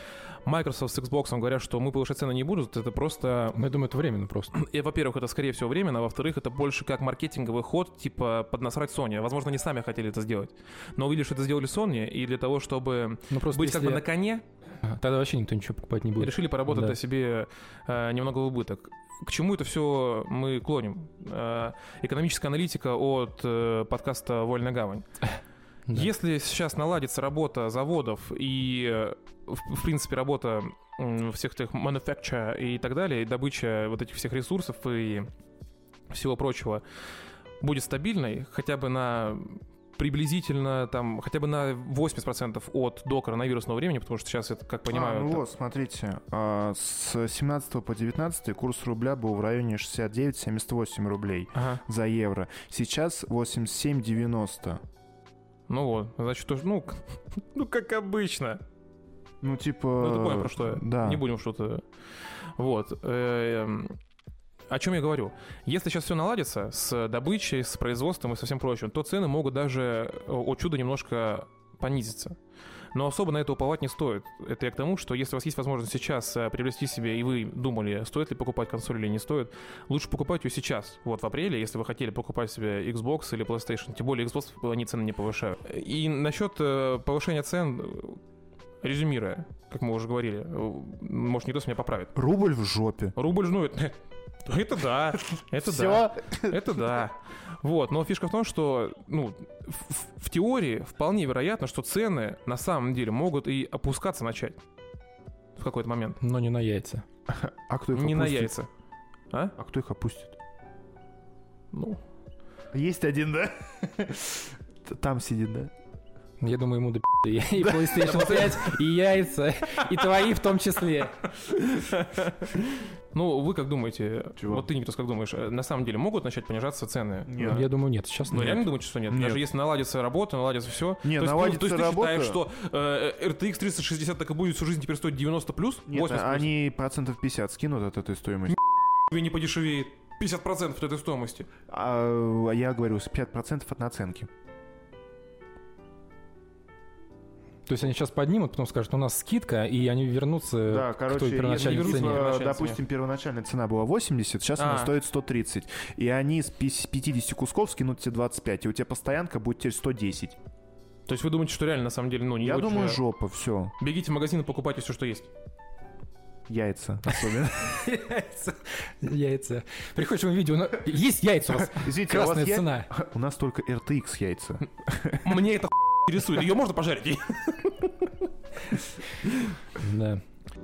Microsoft с Xbox говорят, что мы повышать цены не будут, это просто ну, я думаю, это временно просто. и, во-первых, это, скорее всего, временно, а во-вторых, это больше как маркетинговый ход, типа, поднасрать Sony. Возможно, они сами хотели это сделать. Но увидели, что это сделали Sony, и для того, чтобы Ну, просто быть как бы если- на коне, Тогда вообще никто ничего покупать не будет. решили поработать Да. на себе э, немного в убыток. К чему это все мы клоним? Э, экономическая аналитика от э, подкаста «Вольная гавань». Да. Если сейчас наладится работа заводов и, э, в, в принципе, работа м, всех этих manufacture и так далее, и добыча вот этих всех ресурсов и всего прочего будет стабильной, хотя бы на приблизительно там, хотя бы на 80% от до коронавирусного времени, потому что сейчас, это, как А, понимаю, ну это- вот, смотрите, а, с 17 по 19 курс рубля был в районе 69-78 рублей Ага. за евро. Сейчас 87,90. Ну вот, значит, тоже, ну, к- ну как обычно. Ну, типа... Ну, ты понял, про что я. Да. Не будем что-то... э, Вот. эм, О чем я говорю? Если сейчас все наладится с добычей, с производством и со всем прочим, то цены могут даже, э, о чудо, немножко понизиться. Но особо на это уповать не стоит. Это я к тому, что если у вас есть возможность сейчас э, приобрести себе, и вы думали, стоит ли покупать консоль или не стоит, лучше покупать ее сейчас, вот в апреле, если вы хотели покупать себе Xbox или PlayStation. Тем более Xbox э, они цены не повышают. И насчет э, повышения цен, э, резюмируя, как мы уже говорили, э, может, не то меня поправит. Рубль в жопе. Рубль, ну, это, это да, это да, это да. Вот, но фишка в том, что, ну, в, в- в теории вполне вероятно, что цены на самом деле могут и опускаться начать в какой-то момент. Но не на яйца. А кто их Не опустит? на яйца. А? А кто их опустит? Ну, Есть один, да? Т- Там сидит, да? Я думаю, ему до пи***. и PlayStation 5, и яйца, и твои в том числе. ну, вы как думаете? Чего? Вот ты, Никитос, как думаешь, э, на самом деле могут начать понижаться цены? Нет. Я думаю, нет, сейчас Ну, нет. реально думаете, что нет? Нет. Даже если наладится работа, наладится все. Не, то есть, наладится ну, то есть работа- ты считаешь, что э, RTX 3060 так и будет всю жизнь теперь стоить 90 плюс? Нет, 80 плюс? они процентов 50 скинут от этой стоимости. тебе не подешевеет 50% от этой стоимости. А, а я говорю, с 50% от наценки. То есть они сейчас поднимут, потом скажут, у нас скидка, и они вернутся Да, к той короче, если первоначальной вернутся, э, цене. Первоначальной допустим, первоначальная цена была 80, сейчас она А. стоит 130. И они с 50 кусков скинут тебе 25, и у тебя постоянка будет теперь 110. То есть вы думаете, что реально на самом деле, ну, не я очень, думаю, э, жопа, все. Бегите в магазин и покупайте все, что есть. Яйца особенно. Яйца. Яйца. Приходишь в видео, ну, есть яйца у вас, Извините, а у вас красная я- цена. У нас только RTX яйца. Мне это интересует. Ее можно пожарить? Да.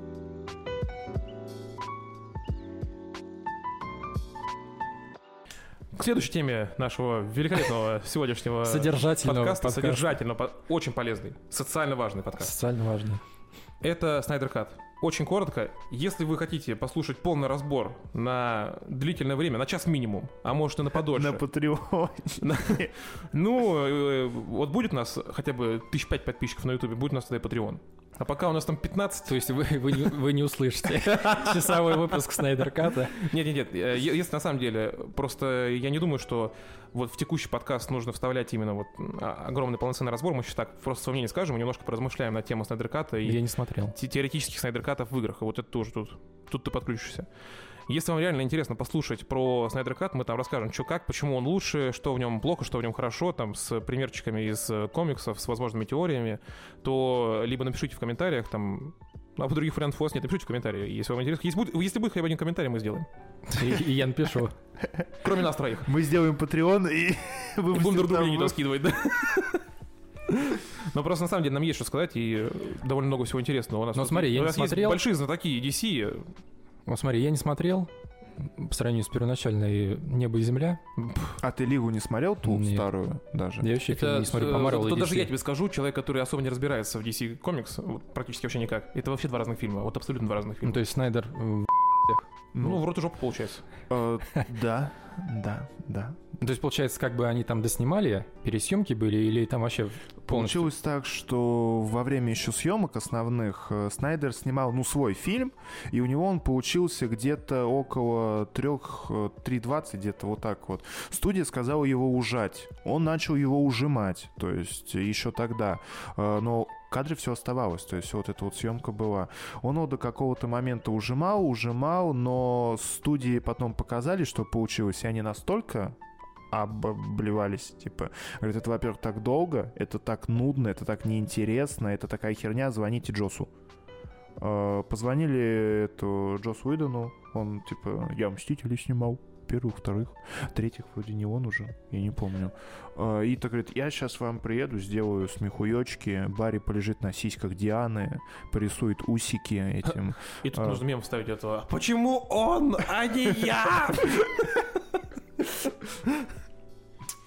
К следующей теме нашего великолепного сегодняшнего Содержательного подкаста. Э, подкаста. Содержательного, по- очень полезный, социально важный подкаст. Социально важно. Это Снайдер Кат. Очень коротко, если вы хотите послушать полный разбор на длительное время, на час минимум, а может и на подольше, На Patreon. Ну, э, вот будет у нас хотя бы тысяч пять подписчиков на Ютубе, будет у нас тогда и Patreon. А пока у нас там 15... То есть вы, вы, не, вы не услышите часовой выпуск Снайдерката. Нет-нет-нет, э, е- если на самом деле, просто я не думаю, что вот в текущий подкаст нужно вставлять именно вот м, а- огромный полноценный разбор. Мы сейчас так просто свое мнение скажем и немножко поразмышляем на тему Снайдерката и Я не смотрел. те- теоретических снайдеркатов в играх. И вот это тоже тут. Тут ты подключишься. Если вам реально интересно послушать про Снайдеркат, мы там расскажем, что как, почему он лучше, что в нем плохо, что в нем хорошо, там с примерчиками из э, комиксов, с возможными теориями, то либо напишите в комментариях, там, а по других вариантов у вас нет, напишите в комментарии, если вам интересно. Если будет, если будет хотя бы один комментарий, мы сделаем. И, и я напишу. Кроме нас троих. Мы сделаем Patreon и И будем выпустим друг друга не там... скидывать, да? Но просто на самом деле нам есть что сказать, и довольно много всего интересного. У нас Ну, тут- смотри, я у не нас есть смотрел. большие знатоки DC, Вот смотри, я не смотрел. По сравнению с первоначальной «Небо и земля», А ты Лигу не смотрел ту Нет. старую даже? я вообще фильм не смотрю по э, Marvel вот и тут даже DC. я тебе скажу, человек, который особо не разбирается в DC комикс, вот практически вообще никак. Это вообще два разных фильма, вот абсолютно два разных Ну, фильма. то есть Снайдер... э, Ну, Ну, в рот и жопу получается. э, да, да, да. То есть, получается, как бы они там доснимали, пересъемки были, или там вообще полностью... Получилось так, что во время еще съемок основных э, Снайдер снимал, ну, свой фильм, и у него он получился где-то около 3, 3.20, где-то вот так вот. Студия сказала его ужать. Он начал его ужимать, то есть еще тогда. Э, Но кадре все оставалось, то есть вот эта вот съемка была. Он его до какого-то момента ужимал, ужимал, но студии потом показали, что получилось, и они настолько обливались, типа, Говорит, это, во-первых, так долго, это так нудно, это так неинтересно, это такая херня, звоните Джосу. А, Э, Позвонили эту Джос Уидону, он типа, я Мстители снимал. первых, вторых, третьих вроде не он уже, я не помню. Э, И так говорит, я сейчас вам приеду, сделаю смехуёчки, Барри полежит на сиськах Дианы, порисует усики этим. И тут А. нужно мем вставить этого. Почему он, а не я?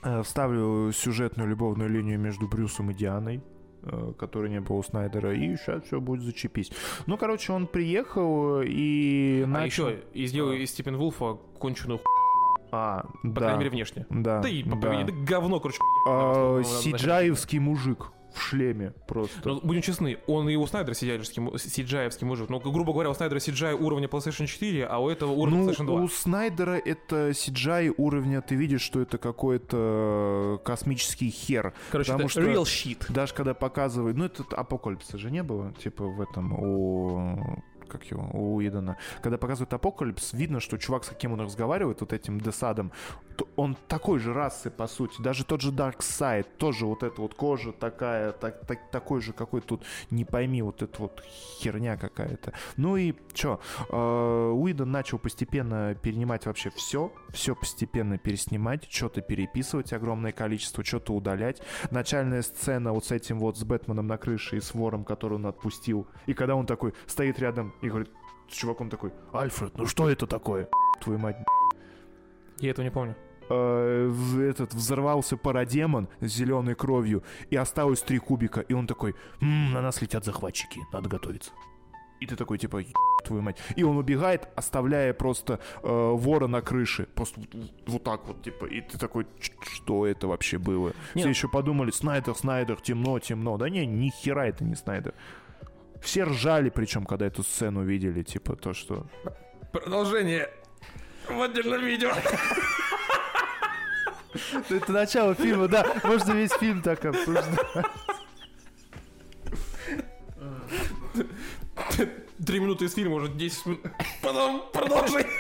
Э, Вставлю сюжетную любовную линию между Брюсом и Дианой э, которой не было у Снайдера, и сейчас все будет зачепись. Ну, короче, он приехал э, и А начал... еще и сделаю из Степен Вулфа конченую ху**, А, по да, крайней мере, внешне. да, Да и по да. поведению, да говно, короче. А, Ну, Сиджаевский мужик в шлеме Ну, просто. будем честны, он и у Снайдера сиджаевский, му- сиджаевский мужик. Ну, грубо говоря, у Снайдера Сиджай уровня PlayStation 4, а у этого уровня Ну, PlayStation 2. у Снайдера это CGI уровня, ты видишь, что это какой-то э, космический хер. Короче, потому это что- real shit. Даже когда показывают, ну этот апокалипса же не было, типа в этом у как его, у Идана. Когда показывают апокалипс, видно, что чувак, с каким он разговаривает, вот этим Десадом, т- он такой же расы, по сути. Даже тот же Дарксайд, тоже вот эта вот кожа такая, так, так- такой же какой тут, не пойми, вот эта вот херня какая-то. Ну и чё, э, Уидон начал постепенно перенимать вообще все, все постепенно переснимать, что-то переписывать огромное количество, что-то удалять. Начальная сцена вот с этим вот, с Бэтменом на крыше и с вором, который он отпустил. И когда он такой стоит рядом и говорит, с чуваком такой, Альфред, ну что это такое? Твою мать, Я этого не помню. э, в этот взорвался парадемон с зеленой кровью, и осталось три кубика, и он такой, «М, на нас летят захватчики, надо готовиться. И ты такой, типа, «Еб твою мать. И он убегает, оставляя просто э, вора на крыше. Просто вот, вот так вот, типа. И ты такой, «Ч- что это вообще было? Нет. Все еще подумали, Снайдер, Снайдер, темно, темно. Да не, ни хера это не Снайдер. Все ржали, причем, когда эту сцену видели, типа, то, что... Продолжение в отдельном видео. Это начало фильма, да. Можно весь фильм так обсуждать. Три минуты из фильма, уже 10 минут. Потом продолжение.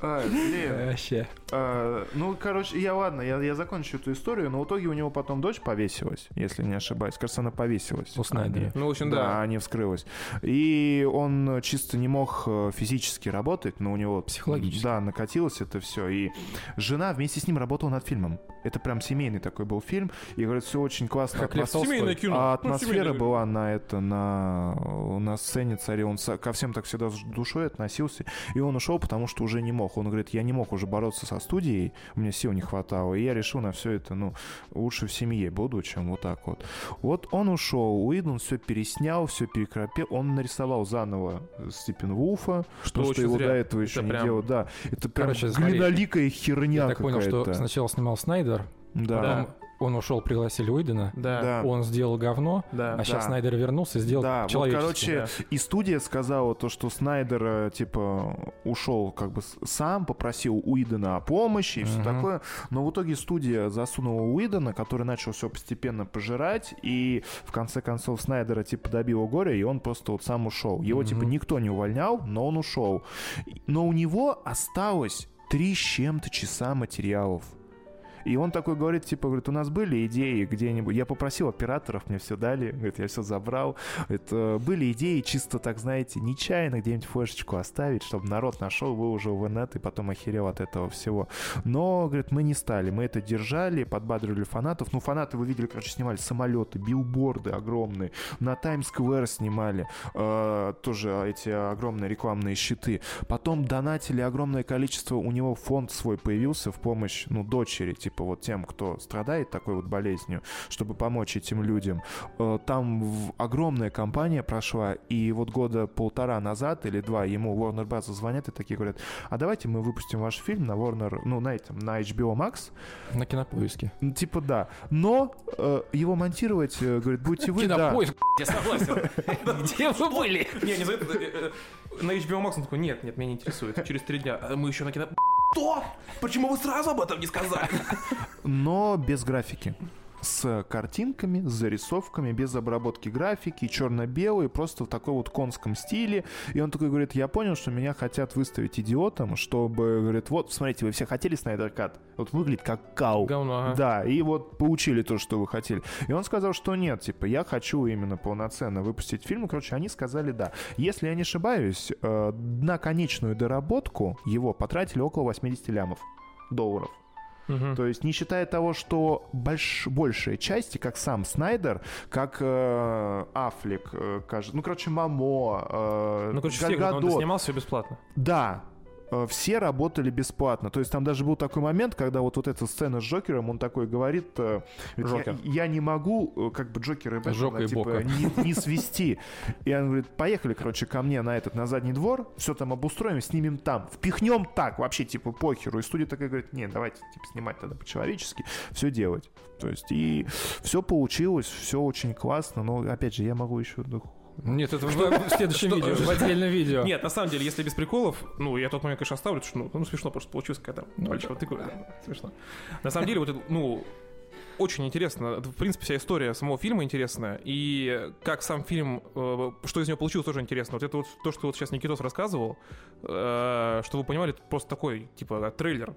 Вообще. А, ну, короче, я ладно, я, я закончу эту историю, но в итоге у него потом дочь повесилась, если не ошибаюсь. Кажется, она повесилась. У Снайдера. А, не- Ну, в общем, да. а не вскрылась. И он э, чисто не мог э, физически работать, но у него... Психологически. Да, накатилось это все. И жена вместе с ним работала над фильмом. Это прям семейный такой был фильм. И, говорит, все очень классно. Как Лев атмосфера- Семейное кино. а Ну, атмосфера семейное. была на это, на, на сцене царя. Он со- ко всем так всегда с душой относился. И он ушел, потому что уже не мог. Он говорит, я не мог уже бороться со студией, мне сил не хватало. И я решил на все это, ну, лучше в семье буду, чем вот так вот. Вот он ушел, Уидон все переснял, все перекропил. Он нарисовал заново Степен Вулфа, Что то, что очень его зря. до этого еще Это не прям- делал. Да, это прям Короче, смотри, глиноликая херня Я так понял, что какая-то. сначала снимал Снайдер, Да. Да. потом он ушел, пригласили Уидена, Да, Да. он сделал говно, да. а сейчас Да. Снайдер вернулся и сделал Да, вот, человеческий. короче, и студия сказала то, что Снайдер, э, типа, ушел как бы с- сам, попросил Уидона о помощи и все Мгм. такое, но в итоге студия засунула Уидона, который начал все постепенно пожирать, и в конце концов Снайдера, типа, добило горя, и он просто вот сам ушел. Его, типа, Мгм. никто не увольнял, но он ушел. Но у него осталось три с чем-то часа материалов. И он такой говорит, типа, говорит, у нас были идеи где-нибудь. Я попросил операторов, мне все дали, говорит, я все забрал. Это были идеи чисто, так знаете, нечаянно где-нибудь флешечку оставить, чтобы народ нашел, выложил в инет и потом охерел от этого всего. Но, говорит, мы не стали. Мы это держали, подбадривали фанатов. Ну, фанаты, вы видели, короче, снимали самолеты, билборды огромные. На Таймс-сквер снимали. э, тоже эти огромные рекламные щиты. Потом донатили огромное количество. У него фонд свой появился в помощь, ну, дочери, типа вот тем, кто страдает такой вот болезнью, чтобы помочь этим людям. Э, Там в- огромная компания прошла, и вот года полтора назад или два ему Warner Bros. звонят и такие говорят, а давайте мы выпустим ваш фильм на Warner, ну, на этом, на HBO Max. На кинопоиске. Ну, Типа да. Но э, его монтировать, э, говорит, будете вы, да. Кинопоиск, Я согласен. Где вы были? Не, не за это. э, э, На HBO Max он такой, нет, нет, меня не интересует. Через три дня. «А Мы еще на кино... Что? Почему вы сразу об этом не сказали? но без графики. с картинками, с зарисовками, без обработки графики, черно-белый, просто в такой вот конском стиле. И он такой говорит, я понял, что меня хотят выставить идиотом, чтобы, говорит, вот, смотрите, вы все хотели Снайдер Кат? Вот выглядит как кау. Говно, ага. Да, и вот получили то, что вы хотели. И он сказал, что нет, типа, я хочу именно полноценно выпустить фильм. Короче, они сказали да. Если я не ошибаюсь, э, на конечную доработку его потратили около 80 лямов долларов. Мгм. То есть, не считая того, что больш- большая часть, как сам Снайдер, как э, Аффлек, э, кажется, ну, короче, Мамо, э, Ну, короче, Гад всех он Гадот. снимал все бесплатно. Да, э, все работали бесплатно. То есть там даже был такой момент, когда вот, вот эта сцена с Джокером, он такой говорит, э, Джокер. Я, я не могу, э, как бы Джокер и Бэтмена, Жока и типа, Бока. не, не свести. И он говорит, поехали, короче, ко мне на этот, на задний двор, все там обустроим, снимем там, впихнем так, вообще, типа, похеру. И студия такая говорит, не, давайте, типа, снимать тогда по-человечески, все делать. То есть, и все получилось, все очень классно, но, опять же, я могу еще... Нет, это в, в следующем что- видео, в отдельном видео. Нет, на самом деле, если без приколов, ну, я тот момент, конечно, оставлю, потому что, ну, ну, смешно, потому что получилось какая-то Ну, пальчик, вот тыква, да, смешно. На самом деле, вот это, ну, очень интересно. В принципе, вся история самого фильма интересная. И как сам фильм, э, что из него получилось, тоже интересно. Вот это вот то, что вот сейчас Никитос рассказывал, э, что вы понимали, это просто такой, типа, трейлер.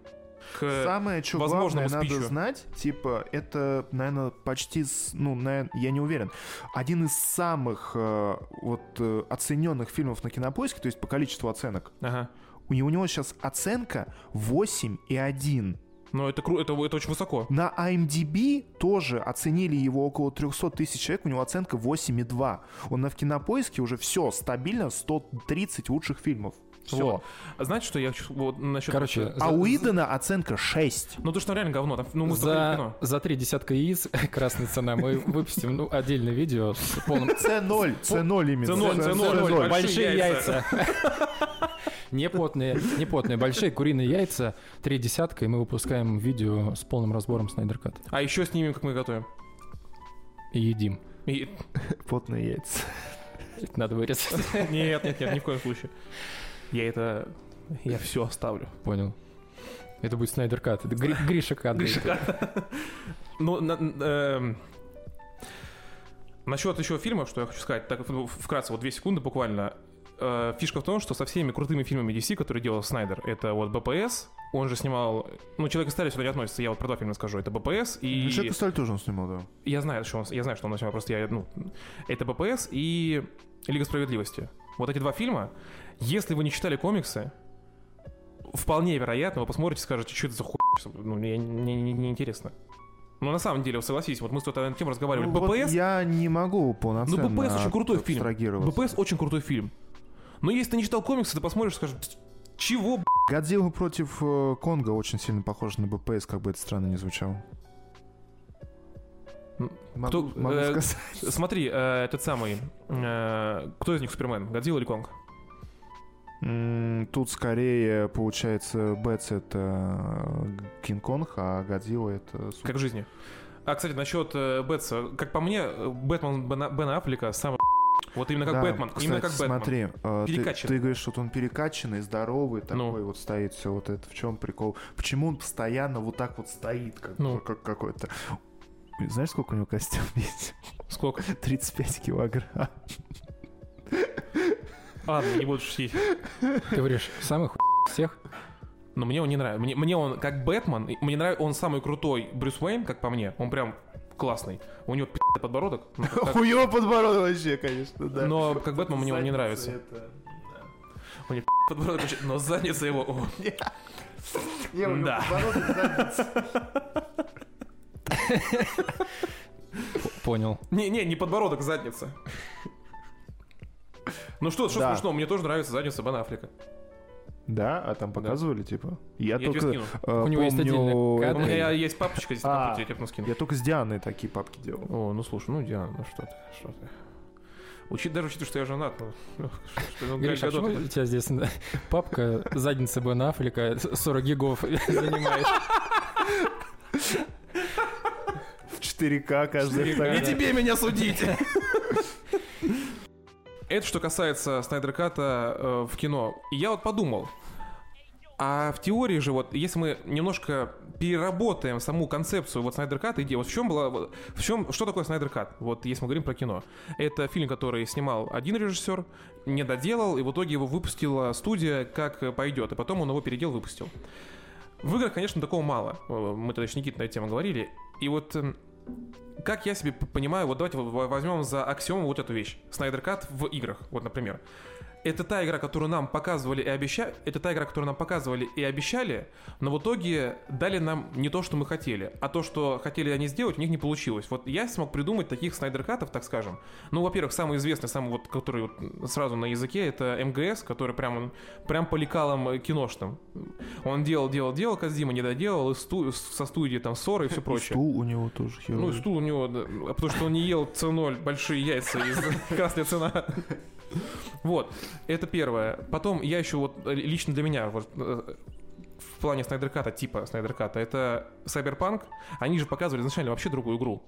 К... Самое, что возможному главное надо спичу. знать, типа, это, наверное, почти, с- ну, наверное, я не уверен, один из самых э, вот э, оцененных фильмов на Кинопоиске, то есть по количеству оценок. Ага. У него, у него сейчас оценка 8,1. Но это круто, это, это очень высоко. На IMDb тоже оценили его около 300 тысяч человек, у него оценка 8,2. Он на в Кинопоиске уже все стабильно 130 лучших фильмов. Все. Вот. А знаете, что я чу- вот насчет... Короче, А за- у Идена оценка 6. Ну, то, что реально говно. Там, ну, мы смотрели за, кино. за три десятка яиц, красная цена, мы выпустим ну, отдельное видео с полным... С0, С0 именно. С0, С0, С0. большие Большие яйца. Не потные, не потные, большие куриные яйца, три десятка, и мы выпускаем видео с полным разбором Снайдеркат. А еще снимем, как мы готовим. И едим. И- Потные яйца. Это надо вырезать. Нет, нет, нет, ни в коем случае. Я это... Я все оставлю. Понял. Это будет Снайдеркат. Это Гри- Гриша Кат. будет. Ну, на- эм, насчет еще фильма, что я хочу сказать, так ну, вкратце, вот две секунды буквально. Э, Фишка в том, что со всеми крутыми фильмами DC, которые делал Снайдер, это вот БПС, он же снимал... Ну, человек из стали сюда не относится, я вот про два фильма скажу. Это БПС и... Ну, Человек сталь тоже он снимал, да. Я знаю, что он, я знаю, что он на просто я, ну, это БПС и Лига справедливости. Вот эти два фильма, если вы не читали комиксы, вполне вероятно, вы посмотрите и скажете, что это за хуй, ну, мне не, не- не интересно. Но на самом деле, согласись, вот мы с этой темой разговаривали. Ну, вот БПС, я не могу полноценно Ну, BPS очень крутой фильм. абстрагироваться. БПС очень крутой фильм. Но если ты не читал комиксы, ты посмотришь и скажешь, чего, б***ь?» Годзилла против э, Конга очень сильно похож на БПС, как бы это странно не звучало. М, Могу, кто- могу э, сказать. Смотри, э, этот самый, э, кто из них Супермен, Годзилла или Конг? М, Тут скорее получается Бэтс это Кинг-Конг, а Годзилла это... су- Как в жизни. А, кстати, насчет э, Бэтса. Как по мне, э, Бэтмен Бена, Бена Аффлека самый Вот именно как Да, Бэтмен. именно как кстати, Бэтмен. Смотри, э, ты, Перекачанный. ты говоришь, что вот он перекачанный, здоровый, такой Ну. вот стоит, все вот это. В чем прикол? Почему он постоянно вот так вот стоит, как, Ну. как какой-то... Знаешь, сколько у него костюм есть? Сколько? 35 килограмм. Ладно, не буду шутить. Ты говоришь, самый хуй всех? Но мне он не нравится. Мне, мне он как Бэтмен. и Мне нравится, он самый крутой Брюс Уэйн, как по мне. Он прям классный. У него пи***ый подбородок. но как- У него подбородок вообще, конечно, да. Но как Бэтмен мне он не Задница нравится. это- У него пи***ый подбородок, вообще, но задница его... о. Не, у него Да. подбородок, задница. Понял. Не, не, не подбородок, задница. Ну что, что Да. смешно, мне тоже нравится задница Бен Аффлека. Да, а там показывали, типа. Я Я тебе только скину. э, У него есть помню- отдельный У кадр. это- меня есть папочка здесь на А. компьютере, я тебе потом скину. Я только с Дианой такие папки делал. О, ну слушай, ну Диана, ну что ты, что ты. Учит, даже учитывая, что я женат, ну, что, ну, Гриша, а Галь Гадот, почему у тебя здесь папка задница Бен Аффлека 40 гигов занимает? 4К каждый 4К, второй. Не тебе меня судить! Это что касается Снайдерката э, в кино. И я вот подумал, А в теории же, вот если мы немножко переработаем саму концепцию вот Снайдер Кат, идея, вот в чем была, вот, в чем, что такое Снайдер Кат? Вот если мы говорим про кино. Это фильм, который снимал один режиссер, не доделал, и в итоге его выпустила студия как пойдет, и потом он его передел выпустил. В играх, конечно, такого мало. Э, Мы тогда еще Никита на эту тему говорили. И вот эм, как я себе понимаю, вот давайте возьмем за аксиому вот эту вещь. Снайдер Кат в играх, вот, например это та игра, которую нам показывали и обещали, это та игра, которую нам показывали и обещали, но в итоге дали нам не то, что мы хотели, а то, что хотели они сделать, у них не получилось. Вот я смог придумать таких снайдеркатов, так скажем. Ну, во-первых, самый известный, самый вот, который вот сразу на языке, это МГС, который прям, прям по лекалам э, киношным. Он делал, делал, делал, Казима не доделал, и сту, со студии там ссоры и все прочее. И стул у него тоже херовый. Ну, и стул у него, да, а потому что он не ел ценой большие яйца из красная цена. Вот, это первое. Потом я еще вот э, лично для меня вот, э, в плане Снайдерката, типа Снайдерката, это Cyberpunk. Они же показывали изначально вообще другую игру.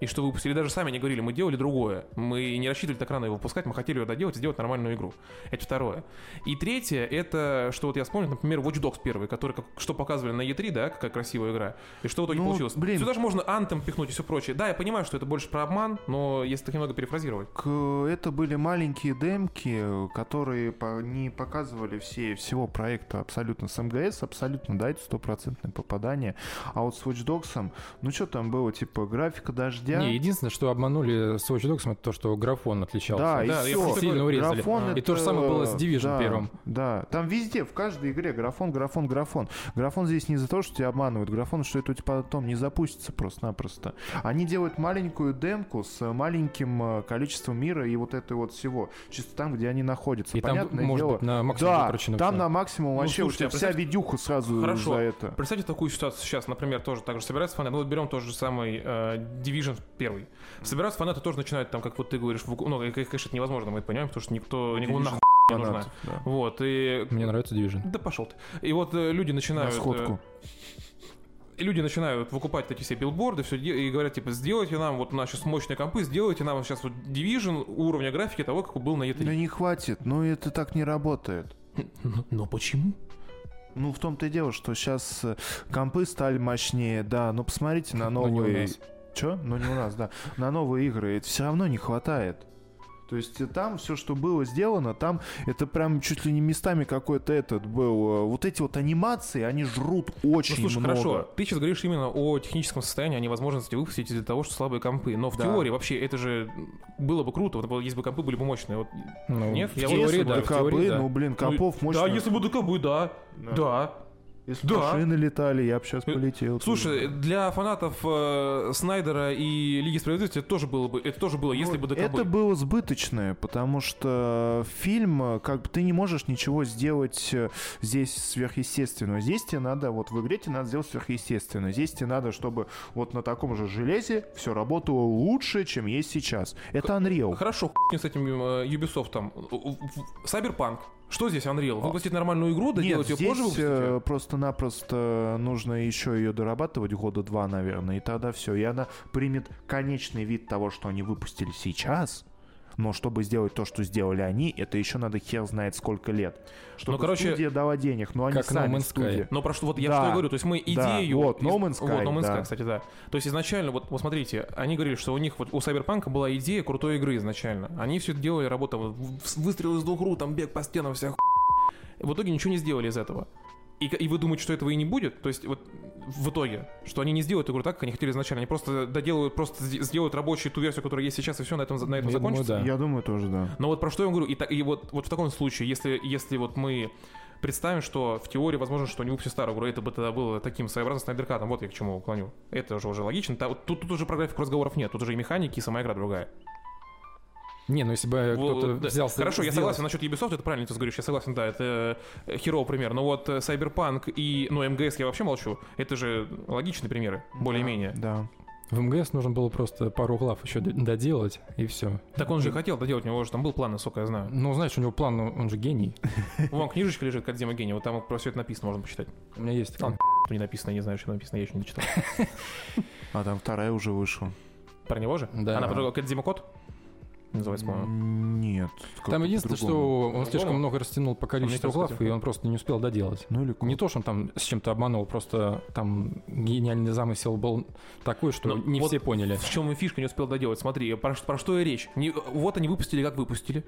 И что выпустили, даже сами не говорили, мы делали другое. Мы не рассчитывали так рано его выпускать, мы хотели ее доделать и сделать нормальную игру. Это второе. И третье, это, что вот я вспомнил, например, Watch Dogs первый, который, как, что показывали на E3, да, какая красивая игра. И что в итоге Ну, получилось. блин. Сюда же можно Anthem пихнуть и все прочее. Да, я понимаю, что это больше про обман, но если так немного перефразировать. К- Это были маленькие демки, которые по- не показывали все, всего проекта абсолютно с МГС, абсолютно, да, это стопроцентное попадание. А вот с Watch Dogs, ну что там было, типа графика дождя? Не, единственное, что обманули с Watch Dogs, это то, что графон отличался. Да, и Да, я все. просто Сильно говорю, урезали. Графон И то же это- э, самое было с Division да, первым. Да, там везде, в каждой игре графон, графон, графон. Графон здесь не за то, что тебя обманывают, графон, что это у тебя потом не запустится просто-напросто. Они делают маленькую демку с маленьким э, количеством мира и вот этой вот всего. Чисто там, где они находятся. И там, Понятное может дело. быть, на максимум да, выкручено там всё. на максимум Ну, вообще у слушайте, тебя а вся представь- видюха сразу Хорошо. за это. Представьте такую ситуацию сейчас, например, тоже так же собираются фанаты. Ну вот берем тот же самый э, Division 1. Собираются фанаты, тоже начинают там, как вот ты говоришь, в уг- ну, и, конечно, это невозможно, мы это понимаем, потому что никто, никому нахуй не нужна. Фанатов, да. Вот, и... Мне нравится Division. Да пошел ты. И вот э, люди На начинают... сходку. э, люди начинают выкупать эти все билборды, все, и говорят, типа, сделайте нам, вот у нас сейчас мощные компы, сделайте нам сейчас вот Division уровня графики того, как был на E Ну E3. не хватит, ну это так не работает. Но, но ну почему? Ну, в том-то и дело, что сейчас компы стали мощнее, да, но посмотрите на Но не у новые... нас. Чё? Ну, не у нас, да. На новые игры это все равно не хватает. То есть э, там все, что было сделано, там это прям чуть ли не местами какой-то этот был. э, Вот эти вот анимации, они жрут Ну, очень слушай, много. хорошо, ты сейчас говоришь именно о техническом состоянии, а не возможности выпустить из-за того, что слабые компы. Но в Да. теории вообще это же было бы круто, вот, если бы компы были бы мощные. Вот, Ну, Нет, в я теории, если бы да, в Кабы, теории, да. ну, блин, компов ну, мощных. Да, если бы докобы, да. Да. Да. Если Да. машины летали, я бы сейчас Э, полетел. Слушай, для фанатов э, Снайдера и Лиги Справедливости это тоже было бы, это тоже было, если Ну, бы докобы. Это было сбыточное, потому что фильм, э, как бы ты не можешь ничего сделать э, здесь сверхъестественного. Здесь тебе надо, вот в игре тебе надо сделать сверхъестественное. Здесь тебе надо, чтобы вот на таком же железе все работало лучше, чем есть сейчас. Это Unreal. Хорошо, хуй с ним, с этим э, Ubisoft там. Сайберпанк. Что здесь Unreal? Выпустить нормальную игру, Нет, доделать ее здесь позже выпустить? э, её? просто-напросто нужно еще ее дорабатывать года два, наверное, и тогда все. И она примет конечный вид того, что они выпустили сейчас. Но чтобы сделать то, что сделали они, это еще надо хер знает сколько лет. Чтобы Ну, короче, студия дала денег, но они как сами No Man's Sky. студия. Но про что вот я Да. что и говорю, то есть мы Да, идею... вот, No Man's Вот, Sky, No Man's да. Sky, кстати, да. То есть изначально, вот, вот смотрите, они говорили, что у них, вот у Сайберпанка была идея крутой игры изначально. Они все это делали, работа, вот, в- выстрел из двух рук, там бег по стенам, вся хуй. В итоге ничего не сделали из этого. И, к- и вы думаете, что этого и не будет? То есть вот в итоге, что они не сделают игру так, как они хотели изначально. Они просто доделают, просто сде- сделают рабочую ту версию, которая есть сейчас, и все на этом, за- на этом Я думаю, закончится. да. Я думаю, тоже, да. Но вот про что я вам говорю, и, та- и вот, вот в таком случае, если, если вот мы представим, что в теории возможно, что не выпустят старую игру, это бы тогда было таким своеобразным снайдеркатом, вот я к чему клоню. Это же уже логично, Та- вот тут, тут уже про графику разговоров нет, тут уже и механики, и сама игра другая. Не, ну если бы Вот, кто-то да. взялся... Хорошо, я сделать- согласен насчет Ubisoft, это правильно ты говоришь, я согласен, да, это э, херовый пример. Но вот э, Cyberpunk и, ну, МГС я вообще молчу, это же логичные примеры, более-менее. Э, Да. В МГС нужно было просто пару глав еще д- доделать, и все. Так он же и хотел доделать, у него же там был план, насколько я знаю. Ну, знаешь, у него план, ну, он же гений. Вон книжечка лежит, Кадзима Гений, вот там про все это написано, можно почитать. У меня есть такая. Что Не написано, я не знаю, что написано, я еще не дочитал. А там вторая уже вышла. Про него же? Да. Она про Кодзима Кот? называется, по-моему. Нет. Там единственное, что он слишком По-другому? много растянул по количеству кажется, глав, и он просто не успел доделать. Ну или Не кот. то, что он там с чем-то обманул, просто там гениальный замысел был такой, что Но не Ну, вот все поняли. В чем и фишка не успел доделать? Смотри, про, ш- про что и речь. Не- вот они выпустили, как выпустили.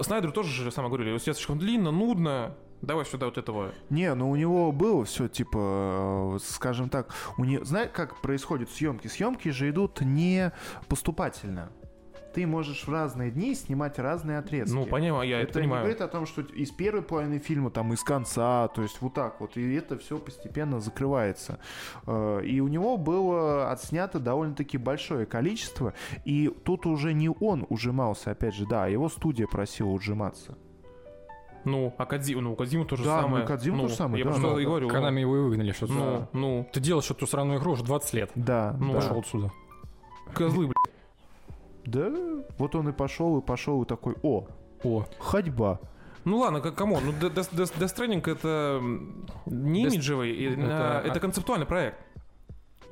Снайдеру тоже же самое говорили, все слишком длинно, нудно. Давай сюда вот этого. Не, ну у него было все, типа, э, скажем так, у не... знаешь, как происходят съемки? Съемки же идут не поступательно. Ты можешь в разные дни снимать разные отрезки. Ну, понимаю, я это, это не понимаю. говорит о том, что из первой половины фильма, там, из конца, то есть вот так вот, и это все постепенно закрывается. Э, И у него было отснято довольно-таки большое количество, и тут уже не он ужимался, опять же, да, а его студия просила ужиматься. Ну, а Кадзиму, ну, Кадзиму тоже Да, ну, самое. Кодзиму то же самое, Я да, просто ну, и говорю. Канами его и выгнали, что Ну, за- ну, ты делаешь эту сраную игру уже 20 лет. Да, Ну, да. Пошел отсюда. козлы, блядь. Да, вот он и пошел, и пошел, и такой, о, О, ходьба. Ну ладно, как кому? Ну, Death- Death- Death Death Stranding это м, не Death- имиджевый, и, это- а, это, концептуальный проект.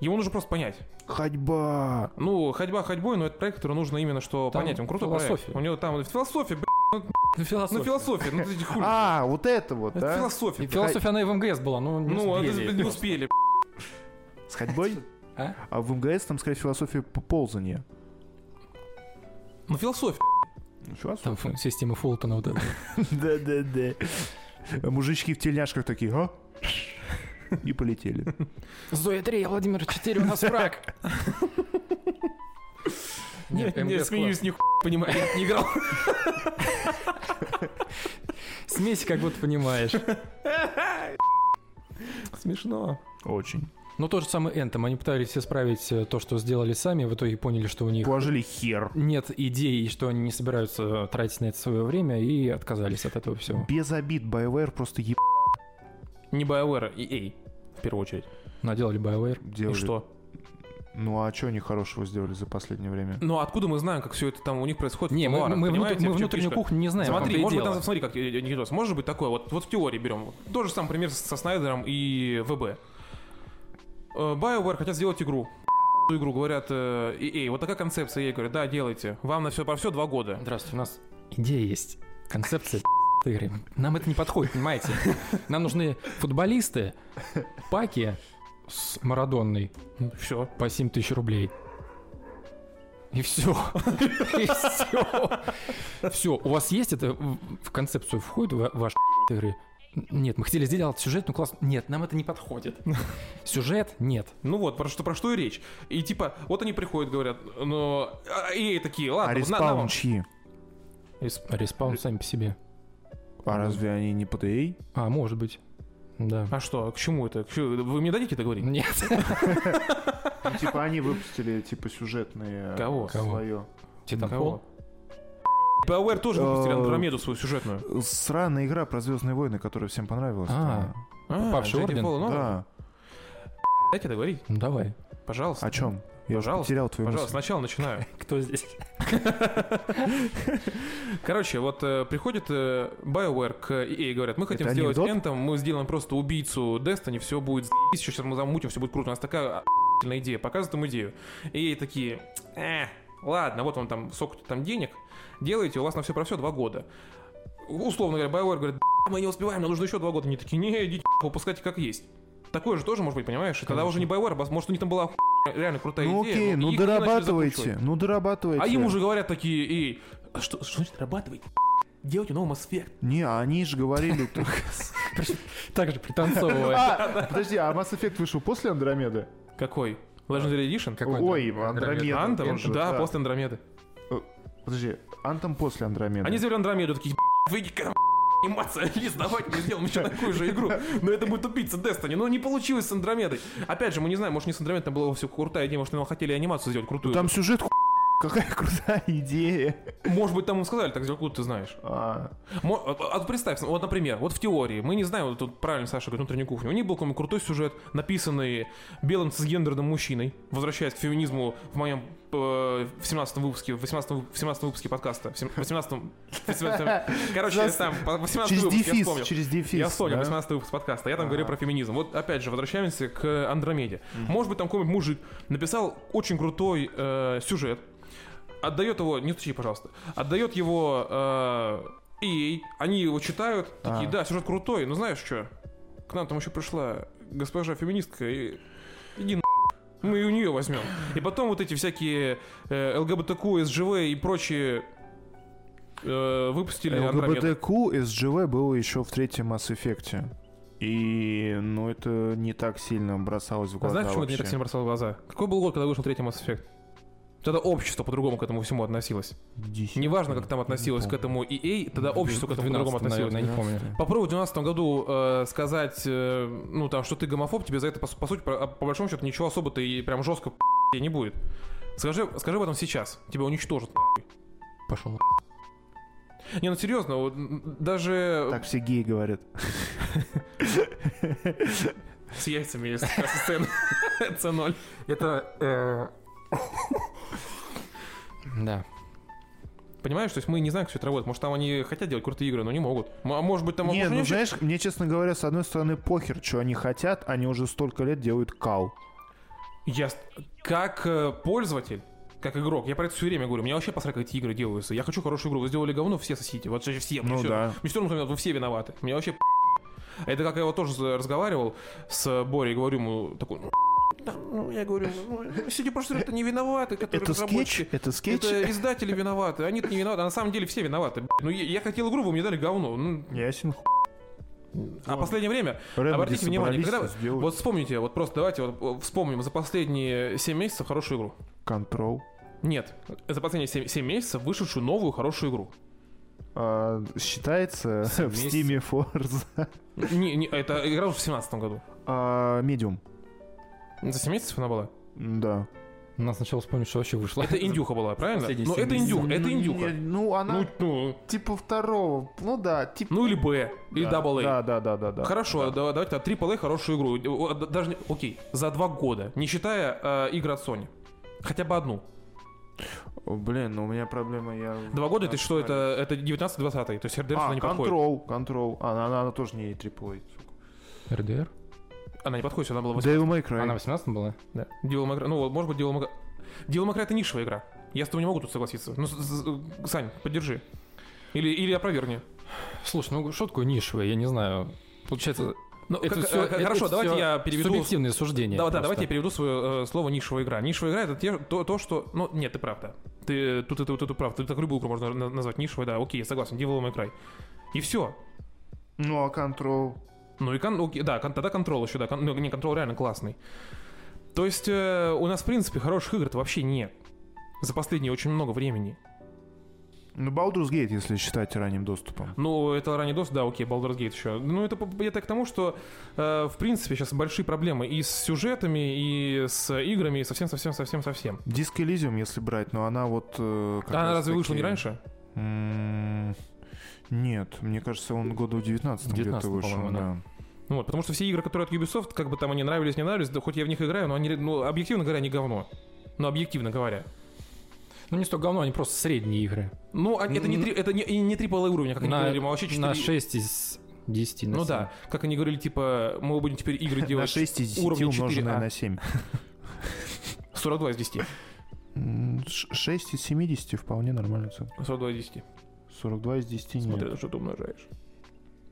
Его нужно просто понять. Ходьба. Ну, ходьба ходьбой, но это проект, который нужно именно что Там понять. Он крутой философия. проект. У него там философия, блядь, ну философия. ну философия, ну ты хуй. А, вот это вот, Это да? философия. И философия, она и в МГС была, ну не Ну, а это, успели. блядь, не успели. блядь. С ходьбой? А? А в МГС там, скорее, философия п- ползания. Ну, философия. Там фу- система Фултона вот эта. Да-да-да. Мужички в тельняшках такие, а? И полетели. Зоя 3, Владимир 4, у нас враг. Нет, Я- Я МГС смеюсь, класс. ни хуй, понимаю, я не играл. Смесь как будто понимаешь. Смешно. Очень. Ну, то же самое Энтом. Они пытались исправить э, то, что сделали сами, в итоге поняли, что у них Положили хер. нет идей, и что они не собираются э, тратить на это свое время, и отказались от этого всего. Без обид, BioWare просто еб... Не BioWare, EA, в первую очередь. Наделали BioWare. И делали. что? Ну а что они хорошего сделали за последнее время? Но Ну, откуда мы знаем, как все это там у них происходит? в Не, мы, кулуарах, мы внутр- понимаете, в мы чём внутреннюю фишка? кухню не знаем. в Смотри, том-то и может быть, дело. там, смотри, как э, э, Никитос, может быть такое, вот, вот в теории берем. Тот же самый пример со Снайдером и ВБ. Э, BioWare хотят сделать игру. Эту игру, говорят, э, EA, вот такая концепция, EA говорят, да, делайте. Вам на все про все два года. Здравствуйте, у нас идея есть, концепция игры. Нам это не подходит, понимаете? Нам нужны футболисты, паки с Марадонной Все. по 7 тысяч рублей. И все. И все. Все. У вас есть это в в концепцию входит ва- ваш игры? Нет, мы хотели сделать сюжет, ну класс. Нет, нам это не подходит. Сюжет? Нет. Ну вот, про что, про что и речь. И типа, вот они приходят, говорят, но а, EA такие, ладно, а вот на- на респаун вам». чьи? Респаун сами по себе. Ну. А разве они не под EA? А, может быть. Да. А что, к чему это? К чему- Вы мне дадите это говорить? Нет. Ну, Типа они выпустили, типа, сюжетные... Кого? Кого? Свое. Титанфол? BioWare тоже выпустили Э, Андромеду свою сюжетную. Сраная игра про Звездные войны, которая всем понравилась. А, Попавший А, орден? Titanfall, ну, да. Дайте договорить, Ну давай. пожалуйста. О чем? Я уже Пожалуйста, потерял твою Пожалуйста, мысль. сначала начинаю. Кто здесь? Короче, вот э, приходит э, BioWare к EA и говорят, мы хотим Это сделать анекдот? Энтом, мы сделаем просто убийцу Destiny, все будет заебись, сейчас мы замутим, все будет круто. У нас такая охуительная идея, показывают им идею. И EA такие, «Э, ладно, вот вам там сколько-то там денег, делайте, у вас на все про все два года. Условно говоря, BioWare говорит, «Да, мы не успеваем, нам нужно еще два года. Они такие, не, идите, нахуй, выпускайте как есть. Такое же тоже может быть, понимаешь? И Тогда уже Конечно. не BioWare, бас- может у них там была охуенно- реально крутая Ну идея. окей, но ну их не начали дорабатывайте, закручивать. ну дорабатывайте. А им уже говорят такие, и что, что значит дорабатывать? Делайте новый Mass Effect. Не, а они же говорили... Так же пританцовывая. А, Подожди, а Mass Effect вышел после Андромеды? Какой? Legendary Edition? Какой Ой, Андромеда? Андромеда. Антом? он же, да, после Андромеды. Подожди, Антом после Андромеды. Они заявили Андромеду, такие, «Б***ь, выйди к нам, б***ь, анимация, Лиз, давайте мы сделаем еще такую же игру. Но это будет тупица Destiny. Но не получилось с Андромедой. Опять же, мы не знаем, может не с Андромедой, там была все крутая идея, может, они хотели анимацию сделать крутую. Там сюжет ху- какая крутая идея. Может быть, там им сказали, так сделай, откуда ты знаешь. А, Мо- а- а вот представь, вот, например, вот в теории, мы не знаем, вот тут правильно Саша говорит, внутреннюю кухню, у них был какой-нибудь крутой сюжет, написанный белым цисгендерным мужчиной, возвращаясь к феминизму в моем э, в 17 выпуске, в 18, в 17 выпуске подкаста, в сем- 18 18 короче, там, по- 18 Через выпуск, я дефис, вспомнил. через дефис. Я вспомнил, да? А. 18 выпуск подкаста, я там говорю Ага. про феминизм. Вот опять же, возвращаемся к Андромеде. Может быть, там какой-нибудь мужик написал очень крутой э, сюжет, отдает его, не стучи, пожалуйста, отдает его э, EA, они его читают, такие, А. да, сюжет крутой, но знаешь что, к нам там еще пришла госпожа феминистка, и иди на мы и у нее возьмем. И потом вот эти всякие э, ЛГБТК, СЖВ и прочие э, выпустили Андромеду. ЛГБТК SGV было еще в третьем Mass Effect. И, ну, это не так сильно бросалось в А глаза знаешь, почему это не вообще. так сильно бросало в глаза? Какой был год, когда вышел третий Mass Effect? Тогда общество по-другому к этому всему относилось. Десять. Неважно, как там относилось к помню. этому EA, тогда общество к этому по-другому 12, относилось. наверное, не помню. Попробуй в 2019 году э, сказать, э, ну там, что ты гомофоб, тебе за это, по, су- по сути, по, по большому счету, ничего особо-то и прям жестко тебе не будет. Скажи, скажи об этом сейчас, тебя уничтожат. нахуй. Пошел. Не, ну серьезно, вот, м, даже Так все геи говорят. с яйцами есть такая сцена. C0. Это... э, Да. Понимаешь, то есть мы не знаем, как все это работает. Может, там они хотят делать крутые игры, но не могут. М- А может быть, там... Не, может, ну они вообще- знаешь, мне, честно говоря, с одной стороны, похер, что они хотят, они уже столько лет делают кал. Я... с- Как э, пользователь, как игрок, я про это все время говорю, мне вообще посрать, как эти игры делаются. Я хочу хорошую игру. Вы сделали говно, все сосите. Вот же все. мне Ну всё- да. Мне все равно, например, вы все виноваты. Мне вообще п***. Это как я вот тоже за- разговаривал с Борей, говорю ему такой... «Ну, да, ну, я говорю, ну, сегодня просто это не виноваты, которые Это скетч? разработчики. Это скетч? Это издатели виноваты, они-то не виноваты, а на самом деле все виноваты. б***ь. Ну, я, я хотел игру, вы мне дали говно. Ну, Ясен а Ладно. последнее время Ремеди Обратите внимание, собрались, когда- сделали Вот вспомните, вот просто давайте вот э, вспомним за последние 7 месяцев хорошую игру. Control. Нет, за последние 7, месяцев вышедшую новую хорошую игру. А, считается в Месяц. стиме Forza. Не, не, это игра уже в 17 году. А, Medium. За 7 месяцев она была? Да. Надо сначала вспомнить, что вообще вышло. Это индюха была, правильно? последние Ну, семь это месяцев. индюха, это Ну, не- индюха. Ну, она Ну, ну, типа второго. Ну да, типа... ну или Б, или Да, Double A. Да, да, да, да. да. Хорошо, да- давайте от AAA хорошую игру. О, д- Даже, не- окей, за два года, не считая э, игр от Sony. Хотя бы одну. О, Блин, ну у меня проблема, я... Два года, это что, это, это 19-20, то есть RDR А, сюда не подходит. Control, Control. А, она, она- она тоже не AAA. сука. РДР? Она не подходит, она была в Devil May Cry. Она 18 была? Да. Devil May Cry- Ну, вот, может быть, Devil May Cry- Devil May Cry это нишевая игра. Я с тобой не могу тут согласиться. Ну, с- с- Сань, поддержи. Или, или опровергни. Слушай, ну шутку нишевая, я не знаю. Получается, Ну, это как- всё- э, это хорошо, всё давайте я переведу. Субъективные суждения. Да, да, давайте просто. я переведу свое э, слово нишевая игра. Нишевая игра это те- то, то, что. Ну, нет, ты прав, да. Ты тут, тут, тут, тут прав. Ты так любую игру можно на- назвать нишевой, да, окей, я согласен, Devil May Cry. И все. Ну, а Control... Ну и кон- окей, да, кон- тогда контрол еще, да. кон- ну, не, контрол реально классный. То есть э, у нас, в принципе, хороших игр-то вообще нет. За последние очень много времени. Ну, Baldur's Gate, если считать ранним доступом. Ну, это ранний дос, да, окей, Baldur's Gate еще. Ну, это по- я так к тому, что, э, в принципе, сейчас большие проблемы и с сюжетами, и с играми, и совсем-совсем-совсем-совсем. Диск Elysium, если брать, но она вот... э, как А она раз разве вышла не таки- раньше? М, Нет, мне кажется, он году в 19 где-то 19-м, вышел, по-моему, да. Ну, вот, потому что все игры, которые от Ubisoft, как бы там они нравились, не нравились, да хоть я в них играю, но они, ну, объективно говоря, не говно. Ну, объективно говоря. Ну не столько говно, они просто средние игры. Ну, а это не, Н- три, это не, и не AAA уровня, как они на, говорили, мы вообще 4... на 6 из 10. на ну 7. да, как они говорили, типа, мы будем теперь игры На делать 6 из 10 уровня А. умноженное 4А. на 7. 42 из 10. 6 из 70 вполне нормальная цифра. 42 из 10. 42 из 10 нет. Смотри, на что ты умножаешь.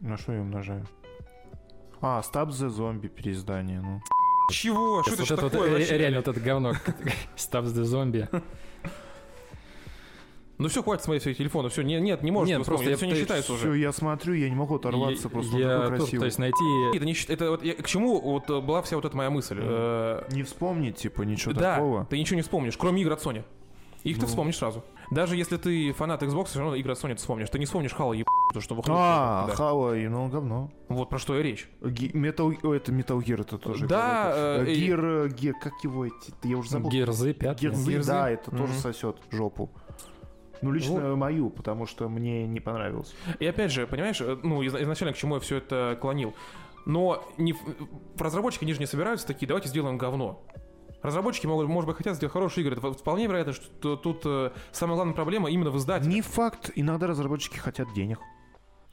На что я умножаю? А, Stab the Zombie переиздание, ну. Чего? А Что это ж вот это вот, такое э, вообще? реально вот это говно. Став the зомби. Ну все, хватит смотреть свои телефоны, все, не, нет, не может. Нет, Нет, просто я это все не пытаюсь- считается Все, уже. я смотрю, я не могу оторваться, просто он Я такой тоже красивый. пытаюсь найти... Это не счит- это вот я- к чему вот э, была вся вот эта моя мысль? Э, Не вспомнить, типа, ничего да, такого. ты ничего не вспомнишь, кроме игр от Sony. Их ты Ну. вспомнишь сразу. Даже если ты фанат Xbox, все равно игры от Sony ты вспомнишь. Ты не вспомнишь Хала еб... то, что выходит. А, Да. Хава, и ну, говно. Вот про что я речь. Ги- Metal... о, это Metal Gear, это тоже. Да, какой-то. э, Э, и- Gear, э, Gear, как его эти, я уже забыл. Герзы, пятки. Герзы, Герзы. да, это тоже Мгм. сосет жопу. Ну, лично мою, потому что мне не понравилось. И опять же, понимаешь, э, ну, из- изначально к чему я все это клонил. Но не, в- в- разработчики они же не собираются такие, давайте сделаем говно. Разработчики, могут, может быть, хотят сделать хорошие игры. Это вполне вероятно, что тут э, самая главная проблема именно в издателе. Не факт, иногда разработчики хотят денег.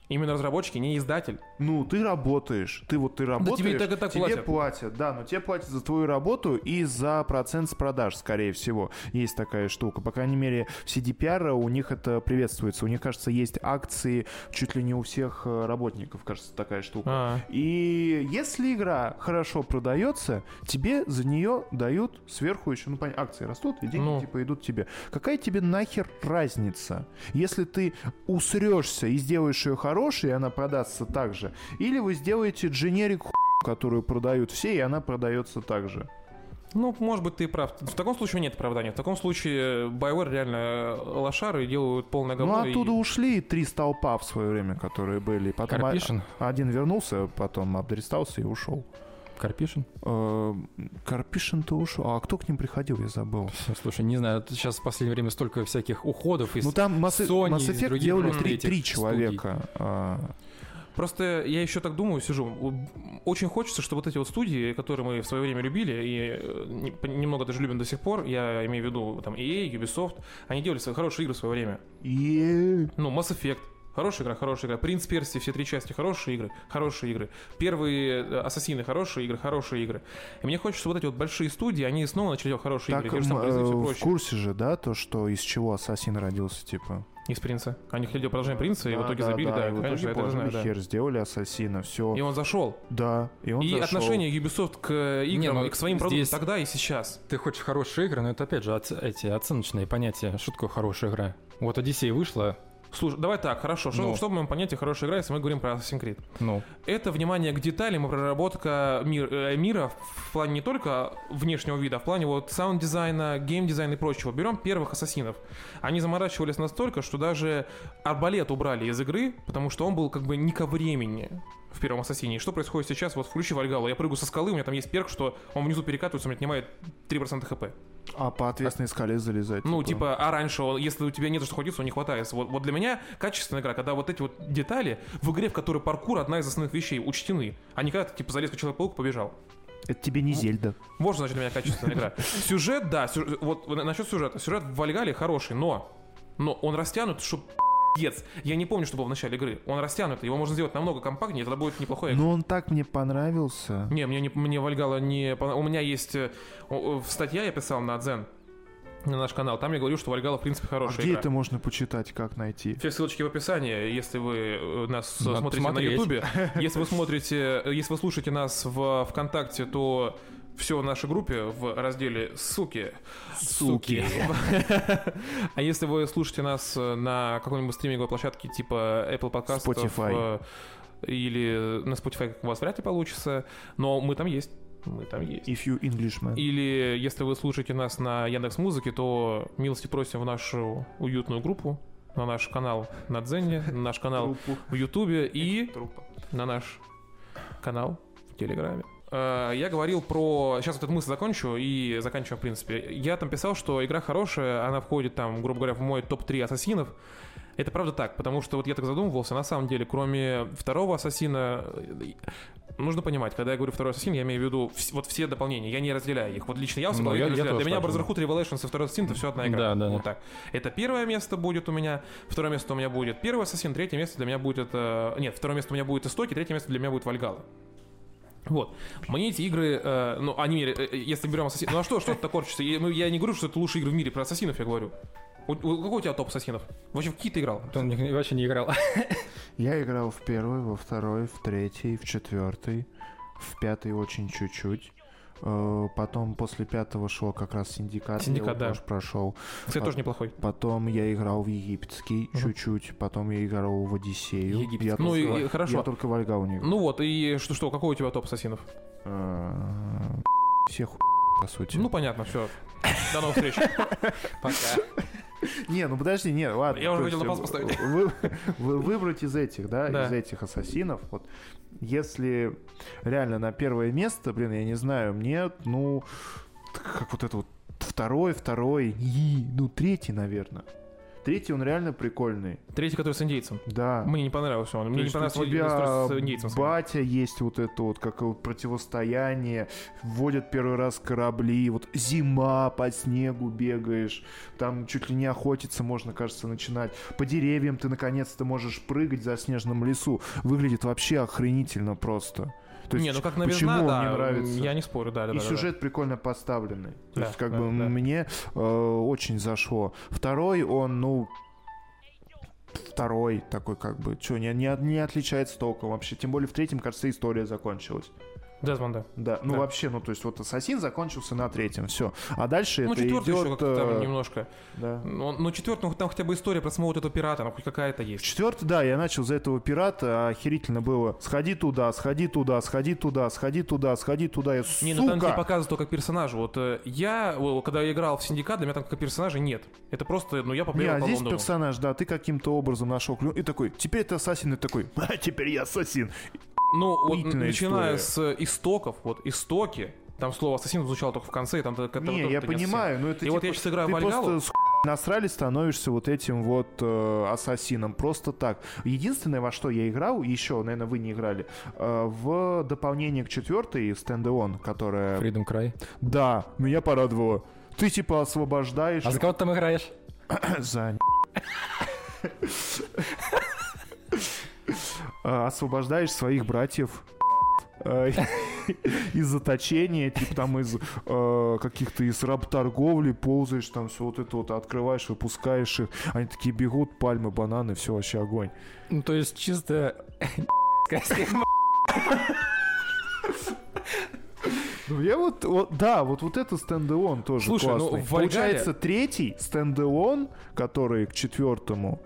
Именно разработчики, не издатель. Ну, ты работаешь, ты вот ты работаешь, тебе и так, и так тебе платят. да, но тебе платят за твою работу и за процент с продаж, скорее всего. Есть такая штука. По крайней мере, в CDPR у них это приветствуется. У них, кажется, есть акции чуть ли не у всех э, работников, кажется, такая штука. И если игра хорошо продается, тебе за нее дают сверху еще, ну, понятно, акции растут, и деньги Ну. типа идут тебе. Какая тебе нахер разница, если ты усрешься и сделаешь ее хорошей, и она продастся так же, или вы сделаете дженерик ху**, которую продают все, и она продается так же. Ну, может быть, ты и прав. В таком случае нет оправдания. В таком случае BioWare реально э, лошары и делают полное говно. ну, и- оттуда ушли три столпа в свое время, которые были. и Потом о- Карпишин? один вернулся, потом обдристался и ушел. Карпишин? Э, Карпишин-то ушел. А кто к ним приходил, я забыл. Слушай, не знаю, сейчас в последнее время столько всяких уходов из... Ну там Mass, Sony, Mass из Effect других делали просто три, этих три студий. человека. А, Просто я еще так думаю, сижу. у- Очень хочется, чтобы вот эти вот студии, которые мы в свое время любили, и э, не- по- немного даже любим до сих пор, я имею в виду там EA, Ubisoft, они делали свои хорошие игры в свое время. и- Ну, Mass Effect. Хорошая игра, хорошая игра. Принц Перси, все три части, хорошие игры, хорошие игры. Первые э, Ассасины, хорошие игры, хорошие игры. И мне хочется, чтобы вот эти вот большие студии, они снова начали делать хорошие Так игры. Те же м, самые э, Resident Evil и в прочее. курсе же, да, то, что из чего Ассасин родился, типа. Из Принца. Они хотели делать продолжение Принца, и в Да, итоге да, забили, да, и в конечно, итоге я это положили знаю, да. хер, сделали Ассасина, все. И он зашел. Да, и он и зашел. отношение Ubisoft к э, играм Не, ну, и к своим здесь- продуктам тогда и сейчас. Ты хочешь хорошие игры, но это опять же оц- эти оценочные понятия. Что такое хорошая игра? Вот Одиссей вышла, Слушай, давай так, хорошо. Что, Ну. что в моем понятии хорошая игра, если мы говорим про Assassin's Creed? ну, Это внимание к деталям и проработка мир- э, мира в плане не только внешнего вида, а в плане вот саунд-дизайна, геймдизайна и прочего. Берем первых ассасинов. Они заморачивались настолько, что даже арбалет убрали из игры, потому что он был как бы не ко времени в первом ассасине. И Что происходит сейчас? Вот включи Вальгалу. Я прыгаю со скалы, у меня там есть перк, что он внизу перекатывается, у меня отнимает 3% хп. А по ответственной скале залезать. Ну, типа, а раньше, он- если у тебя нет за что хватиться, он не хватается. Вот, вот для меня качественная игра, когда вот эти вот детали в игре, в которой паркур одна из основных вещей, учтены. А не когда ты, типа, залез как Человек-паук, побежал. Это тебе ну, не Зельда. Вот, значит, для меня качественная игра. Сюжет, да, сю- вот на- насчет сюжета. Сюжет в Вальгале хороший, но... Но он растянут, что пи***ец. Я не помню, что было в начале игры. Он растянут, его можно сделать намного компактнее, тогда будет неплохой Но он так мне понравился. не, мне, не, мне Вальгала не... пона- У меня есть... э, о- о, в статье я писал на Дзен, на наш канал, там я говорю, что Вальгала, в принципе, А хорошая где игра. это можно почитать, как найти? Все ссылочки в описании, если вы э, нас э, Надо смотрите смотреть. на Ютубе. Если вы смотрите, э, если вы слушаете нас в ВКонтакте, то все в нашей группе в разделе «Суки». Суки. А если вы слушаете нас э, на какой-нибудь стриминговой площадке типа Apple Podcast Spotify. или на Spotify как у вас вряд ли получится, но мы там есть. Мы там есть. If you Englishman. Или если вы слушаете нас на Яндекс Музыке, то милости просим в нашу уютную группу, на наш канал на Дзене, на наш канал Труппу. в Ютубе и Труппа. на наш канал в Телеграме. Э, Я говорил про... Сейчас вот эту мысль закончу и заканчиваю, в принципе. Я там писал, что игра хорошая, она входит там, грубо говоря, в мой топ-3 ассасинов. Это правда так, потому что вот я так задумывался, на самом деле, кроме второго ассасина, э, нужно понимать, когда я говорю второй ассасин, я имею в виду вс- вот все дополнения, я не разделяю их. Вот лично я в Ну, голове я- не я разделяю. тоже Для меня так же. Brotherhood Revelations и второй ассасин это все одна игра. Да, да, Вот да. так. Это первое место будет у меня, второе место у меня будет первый ассасин, третье место для меня будет это... Нет, второе место у меня будет истоки, третье место для меня будет Вальгала. Вот. Мне эти игры, э, ну, они, мне, э, э, если берем ассасин... Ну а что, что это корчится? Я, ну, я не говорю, что это лучшие игры в мире, про ассасинов я говорю. У- у- какой у тебя топ ассасинов? Вообще, в какие ты играл? там ни- вообще не играл. Я играл в первый, во второй, в третий, в четвертый, в пятый очень чуть-чуть. Э, Потом после пятого шло как раз синдикат. я Синдикат, его да. тоже прошел. Кстати, тоже неплохой. Потом я играл в египетский Мгм. чуть-чуть. Потом я играл в Одиссею. Египетский. Я Ну только- и- и хорошо. Я только Вальгау не играл. Ну вот, и что, что, какой у тебя топ ассасинов? Э, Все ху... по сути. Ну, понятно, все. До новых встреч. Пока. не, ну подожди, не, ладно. Я уже то есть, хотел вопрос э, поставить. вы- вы- выбрать из этих, да, Да. из этих ассасинов, вот, если реально на первое место, блин, я не знаю, мне, ну, как вот это вот второй, второй, и, ну, третий, наверное. Третий, он реально прикольный. Третий, который с индейцем. Да. Мне не понравился он. Мне не То есть понравился у тебя с индейцем. скорее. батя есть вот это вот, как его противостояние, вводят первый раз корабли, вот зима, по снегу бегаешь, там чуть ли не охотиться можно, кажется, начинать. По деревьям ты наконец-то можешь прыгать за снежном лесу. Выглядит вообще охренительно просто. То есть не, ну как почему новизна, он да, мне нравится? я не спорю, да, да, И да, да. сюжет прикольно поставленный. То Да, есть, как да, бы, да. мне э, очень зашло. Второй, он, ну... Второй такой, как бы, что, не, не, не отличается толком вообще. Тем более в третьем, кажется, история закончилась. Дезмонд, да. Да, ну Да. вообще, ну то есть вот Ассасин закончился на третьем, все. А дальше Ну, это четвертый идет... еще как-то там э, немножко. да. Но, но четвертый, ну, там хотя бы история про самого вот этого пирата, она хоть какая-то есть. Четвертый, да, я начал за этого пирата, а охерительно было. Сходи туда, сходи туда, сходи туда, сходи туда, сходи туда, я, сука! Не, ну там тебе показывают только персонажа. Вот э, я, о, когда я играл в Синдикат, для меня там как персонажа нет. Это просто, ну, я Не, побегал а по здесь Лондону. персонаж, да, ты каким-то образом нашел ключ. И такой, теперь ты ассасин, и такой, а теперь я ассасин. Ну, вот, н- Охуительная начиная с истоков, вот истоки, там слово ассасин звучало только в конце, и там как-то не, я понимаю, но это И типа, вот я сейчас играю ты в Вальгалу. просто с хуй насрали, становишься вот этим вот э, ассасином. Просто так. Единственное, во что я играл, еще, наверное, вы не играли, э, в дополнение к четвертой стендеон, которая... Freedom Cry. Да, меня порадовало. Ты типа освобождаешь... А за кого ты там играешь? За н- А, Освобождаешь своих братьев э, из заточения, типа там из э, каких-то из раб-торговли ползаешь, там все вот это вот открываешь, выпускаешь их. Они такие бегут, пальмы, бананы, все вообще огонь. Ну, то есть чисто... Ну, я вот, вот- да, вот, вот это стендеон тоже Слушай, ну, классный. в Вальгале- Получается, третий стендеон, который к четвертому.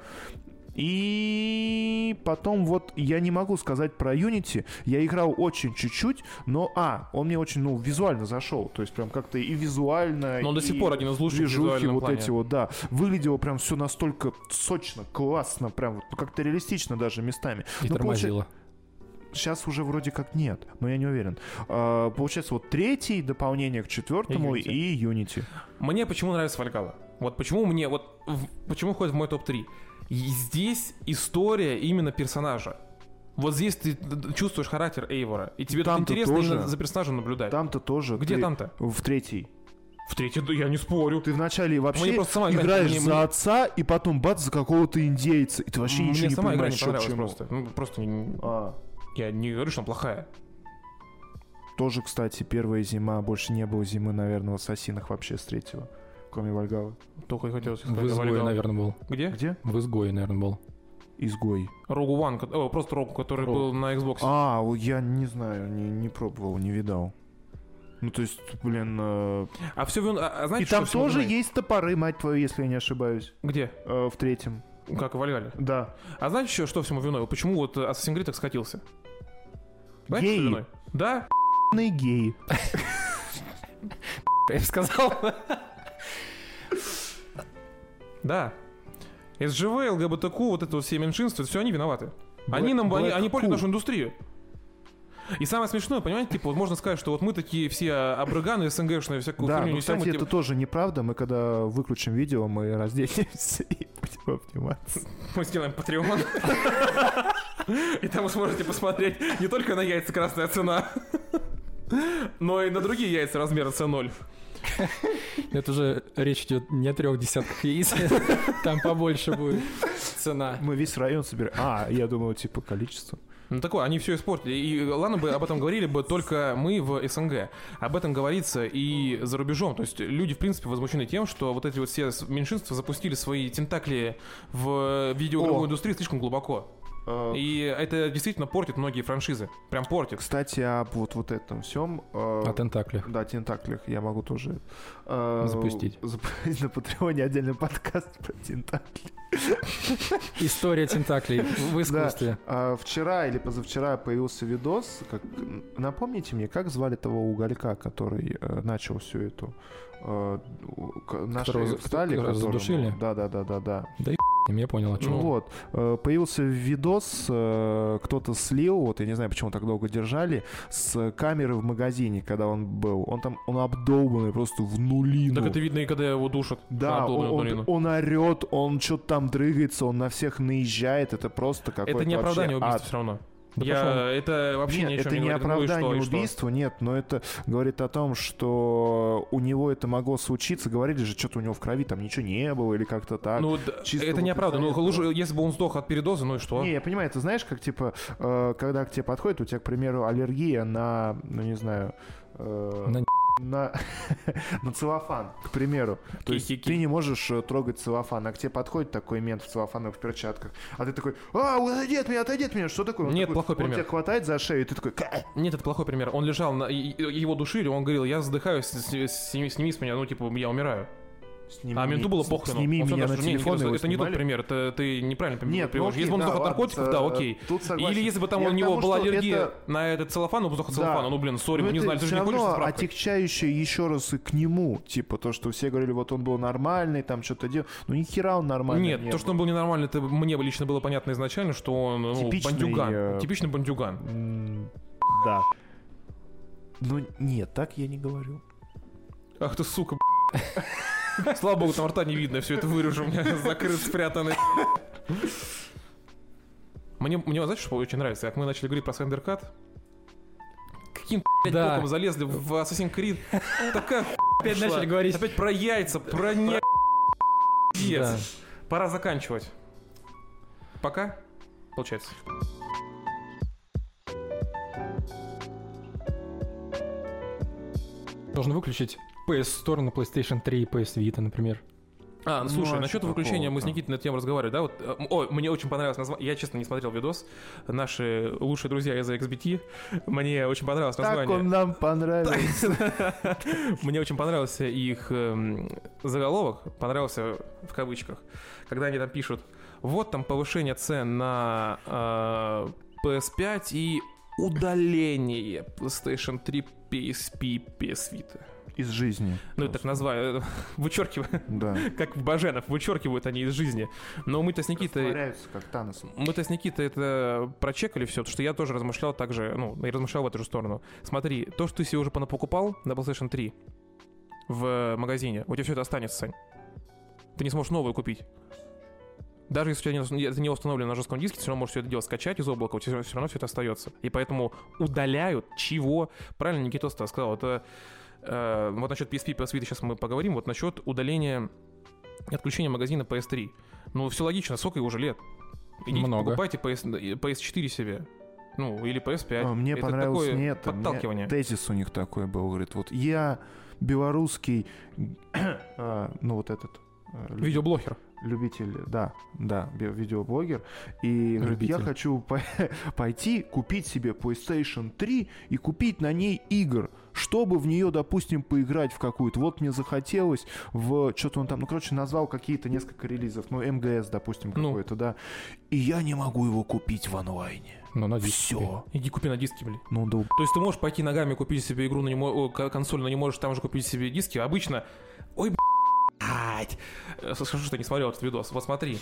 И потом вот я не могу сказать про Unity. Я играл очень чуть-чуть, но а, он мне очень, ну, визуально зашел. То есть прям как-то и визуально, Но он до сих и пор один из лучших в движухи визуальном вот плане. эти вот, да. Выглядело прям все настолько сочно, классно, прям вот ну, как-то реалистично даже местами. И Ну, получи- тормозила. Сейчас уже вроде как нет, но я не уверен. А, получается, вот третий дополнение к четвертому И Unity. и Unity. Мне почему нравится Вальгала? Вот почему мне, вот в- почему входит в мой топ-3? И здесь история именно персонажа. Вот здесь ты д- д- чувствуешь характер Эйвора. И тебе тут Там-то интересно тоже. именно за персонажем наблюдать. Там-то тоже. Где ты- там-то? В третий. В третий, да я не спорю. Ты вначале вообще Мне просто сама игра- играешь мне- за мне- отца, и потом бац, за какого-то индейца. И ты вообще Мне ничего не сама игра понимаешь, не чё к понравилась чему. просто. Ну, просто не- А, я не говорю, что она плохая. тоже, кстати, первая зима. Больше не было зимы, наверное, в Ассасинах вообще с третьего. Кроме Вальгала. Только и хотелось сказать. В изгое, Вальгалу. наверное, был. Где? Где? В изгое, наверное, был. Изгой. Рогу Ван, ко- о, просто Рогу, который Рогу. был на Xbox. А, о, я не знаю, не, не пробовал, не видал. Ну, то есть, блин... э, А все, а, а знаете, И там что всё тоже напоминает? есть топоры, мать твою, если я не ошибаюсь. Где? Э, в третьем. Как и Вальгале. Да. А знаете еще, что всему виной? Почему вот э, Assassin's Creed так скатился? Знаете, что Геи. виной? Да? Ебаные геи. Я сказал. Да. СЖВ, ЛГБТК, вот это вот все меньшинства, все они виноваты. Они нам, они, Black они портят Who. нашу индустрию. И самое смешное, понимаете, типа, вот можно сказать, что вот мы такие все обрыганы, СНГшные, всякую Да, хуйню ну, несем. и кстати, это типа- тоже неправда. Мы когда выключим видео, мы разделимся и будем обниматься. типа, Мы сделаем Патреон. И там вы сможете посмотреть не только на яйца красная цена, но и на другие яйца размера С0. Это же речь идет не о трех десятках яиц. Там побольше будет цена. Мы весь район собираем. А, я думал, типа, количество. Ну такое, они все испортили. И ладно бы об этом говорили бы только мы в СНГ. Об этом говорится и за рубежом. То есть люди, в принципе, возмущены тем, что вот эти вот все с- меньшинства запустили свои тентакли в видеоигровую О. индустрию слишком глубоко. Э, И это действительно портит многие франшизы. Прям портит. Кстати, об вот, вот этом всем. О тентаклях. Да, тентаклях я могу тоже... э, Запустить. запустить на Патреоне отдельный подкаст про тентакли. История тентаклей в искусстве. А, вчера или позавчера появился видос. Как... Напомните мне, как звали того уголька, который э, начал всю эту э, у- к- наши Которого за- стали, которого задушили? Да, да, да, да, да. Да и я понял, о чем. Ну, Вот, э, появился видос, э, кто-то слил, вот я не знаю, почему так долго держали, с камеры в магазине, когда он был. Он там, он обдолбанный просто в нулину. Так это А, видно и когда его душат. ну Да, Антону он, он, Антонину. он орет, он что-то там дрыгается, он на всех наезжает, это просто какое-то Это не вообще оправдание убийства ад. все равно. Да Я- пошёл. Это вообще Нет, ни о чем это не, говорит. Ну и что, оправдание и что? убийства, нет, но это говорит о том, что у него это могло случиться. Говорили же, что-то у него в крови там ничего не было или как-то так. Ну, д- а чисто это вот не оправдано. Ну, из-за лучше, если бы он сдох от передоза, ну и что? Не, я понимаю, ты знаешь, как типа, э, когда к тебе подходит, у тебя, к примеру, аллергия на, ну не знаю, э, На на, на целлофан, к примеру. То есть Ки-ки-ки. ты не можешь э, трогать целлофан, а к тебе подходит такой мент в целлофановых перчатках, а ты такой, а, отойди от меня, отойди от меня, что такое? Он Нет, такой- плохой пример. Он тебя хватает за шею, и ты такой, «Ка!» Нет, это плохой пример. Он лежал, на... и- и- его душили, он говорил, я задыхаюсь, с- с- сними, сними с меня, ну типа я умираю. Сними А менту было с- похрену. Сними Он всё меня на даже- не, не, телефон, это- его Это не тот снимали? пример, это ты неправильно пом- Нет, ну приводишь. окей, Если бы он да, сдох от ладно, наркотиков, да, э, окей. Тут согласен. Или если бы там Я у к него тому, была что аллергия это- на этот целлофан, он бы сдох от Да. целлофана. Ну блин, сори, Ну, мы не это знали, ты же всё не ходишь со равно справкой. отягчающее еще раз и к нему. Типа то, что все говорили, вот он был нормальный, там что-то делал. Ну, ни хера он нормальный. Нет, не то, что он был ненормальный, это мне бы лично было понятно изначально, что он ну, Типичный, бандюган. э, Типичный бандюган. был. М, Да. Ну, нет, так я не говорю. Ах ты, сука, б***ь. Слава богу, там рта не видно, все это вырежу, у меня закрыт, спрятанный. Мне, мне, знаешь, что очень нравится? Как мы начали говорить про Сандеркат, каким блядь, Да. боком залезли в Assassin's Creed. Такая Опять шла. начали говорить. Опять про яйца, про не... пиздец. Да. Пора заканчивать. Пока. Получается. Должен выключить PS Store на PlayStation 3 и PS Vita, например. А, Ну, слушай, а насчет чё выключения мы с такого-то? Никитой на эту тему разговаривали, да? Вот, э, м- ой, мне очень понравилось название. Я, честно, не смотрел видос. Наши лучшие друзья из XBT. Мне очень понравилось название. Так он нам понравился. Мне очень понравился их эм, заголовок, понравился в кавычках, когда они там пишут, вот там повышение цен на э, PS5 и удаление PlayStation 3, PSP и PS Vita. Из жизни. Ну, это так название, вычеркиваю, Да. как в Баженов, вычеркивают они из жизни. Но мы-то с Никитой... Растворяются, как Танос. Мы-то с Никитой это прочекали все, потому что я тоже размышлял так же, ну, и размышлял в эту же сторону. Смотри, то, что ты себе уже понапокупал на PlayStation 3 в магазине, у тебя все это останется, Сань. Ты не сможешь новую купить. Даже если у тебя не- это не установлено на жестком диске, ты все равно можешь все это дело скачать из облака, у тебя все равно все это остается. И поэтому удаляют чего? Правильно Никитос то сказал. Это э, вот насчет PSP, PS Vita сейчас мы поговорим. Вот насчет удаления и отключения магазина PS3. Ну, все логично, сколько ей уже лет? Идите, Много. покупайте PS, PS4 себе. Ну, или PS5. А, Мне Это понравилось такое не это. мне подталкивание. Тезис у них такой был. Говорит, вот я белорусский, а, ну вот этот. а, люб- Видеоблогер. Любитель, да, да, би- видеоблогер. И говорит, я Любитель. хочу по- пойти купить себе PlayStation 3 и купить на ней игр, чтобы в нее, допустим, поиграть в какую-то. Вот мне захотелось в... Что-то он там, ну, короче, назвал какие-то несколько релизов. Ну, МГС, допустим, Ну. какой-то, да. И я не могу его купить в онлайне. Ну, надеюсь. Все. Иди купи на диске, блин. Ну, да То есть ты можешь пойти ногами купить себе игру, но не мо- о, к- консоль, но не можешь там же купить себе диски. Обычно... Ой, блядь. Э, Хорошо, что я не смотрел этот видос. Вот смотри.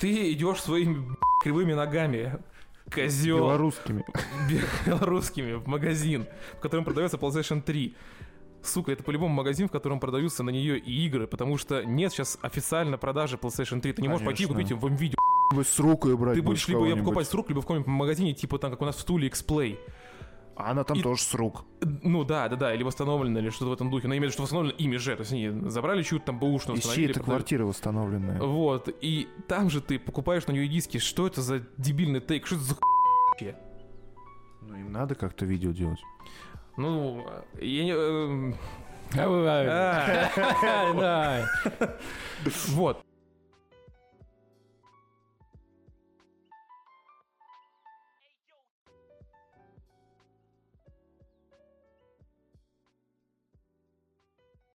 Ты идешь своими блядь, кривыми ногами. Козел. белорусскими. белорусскими в магазин, в котором продается PlayStation 3. Сука, это по-любому магазин, в котором продаются на нее и игры, потому что нет сейчас официально продажи PlayStation 3. Ты не можешь пойти и купить Конечно. ее в видео. Вы с рукой брать Ты будешь либо ее ее покупать с рук, либо в каком-нибудь магазине, типа там, как у нас в Стуле X-Play. А она там И- тоже с рук. Ну да, да, да, или восстановлено, или что-то в этом духе. Но я имею в виду, что восстановлено ими же. То есть они забрали чью-то там бэушную, Из чьей установили. это продали. квартиры восстановленная? Вот, и там же ты покупаешь на нее диски. Что это за дебильный тейк? Что это за ху- вообще? Ну, им надо как-то видео делать. Ну, я не... эм, Давай. а. Давай. Вот.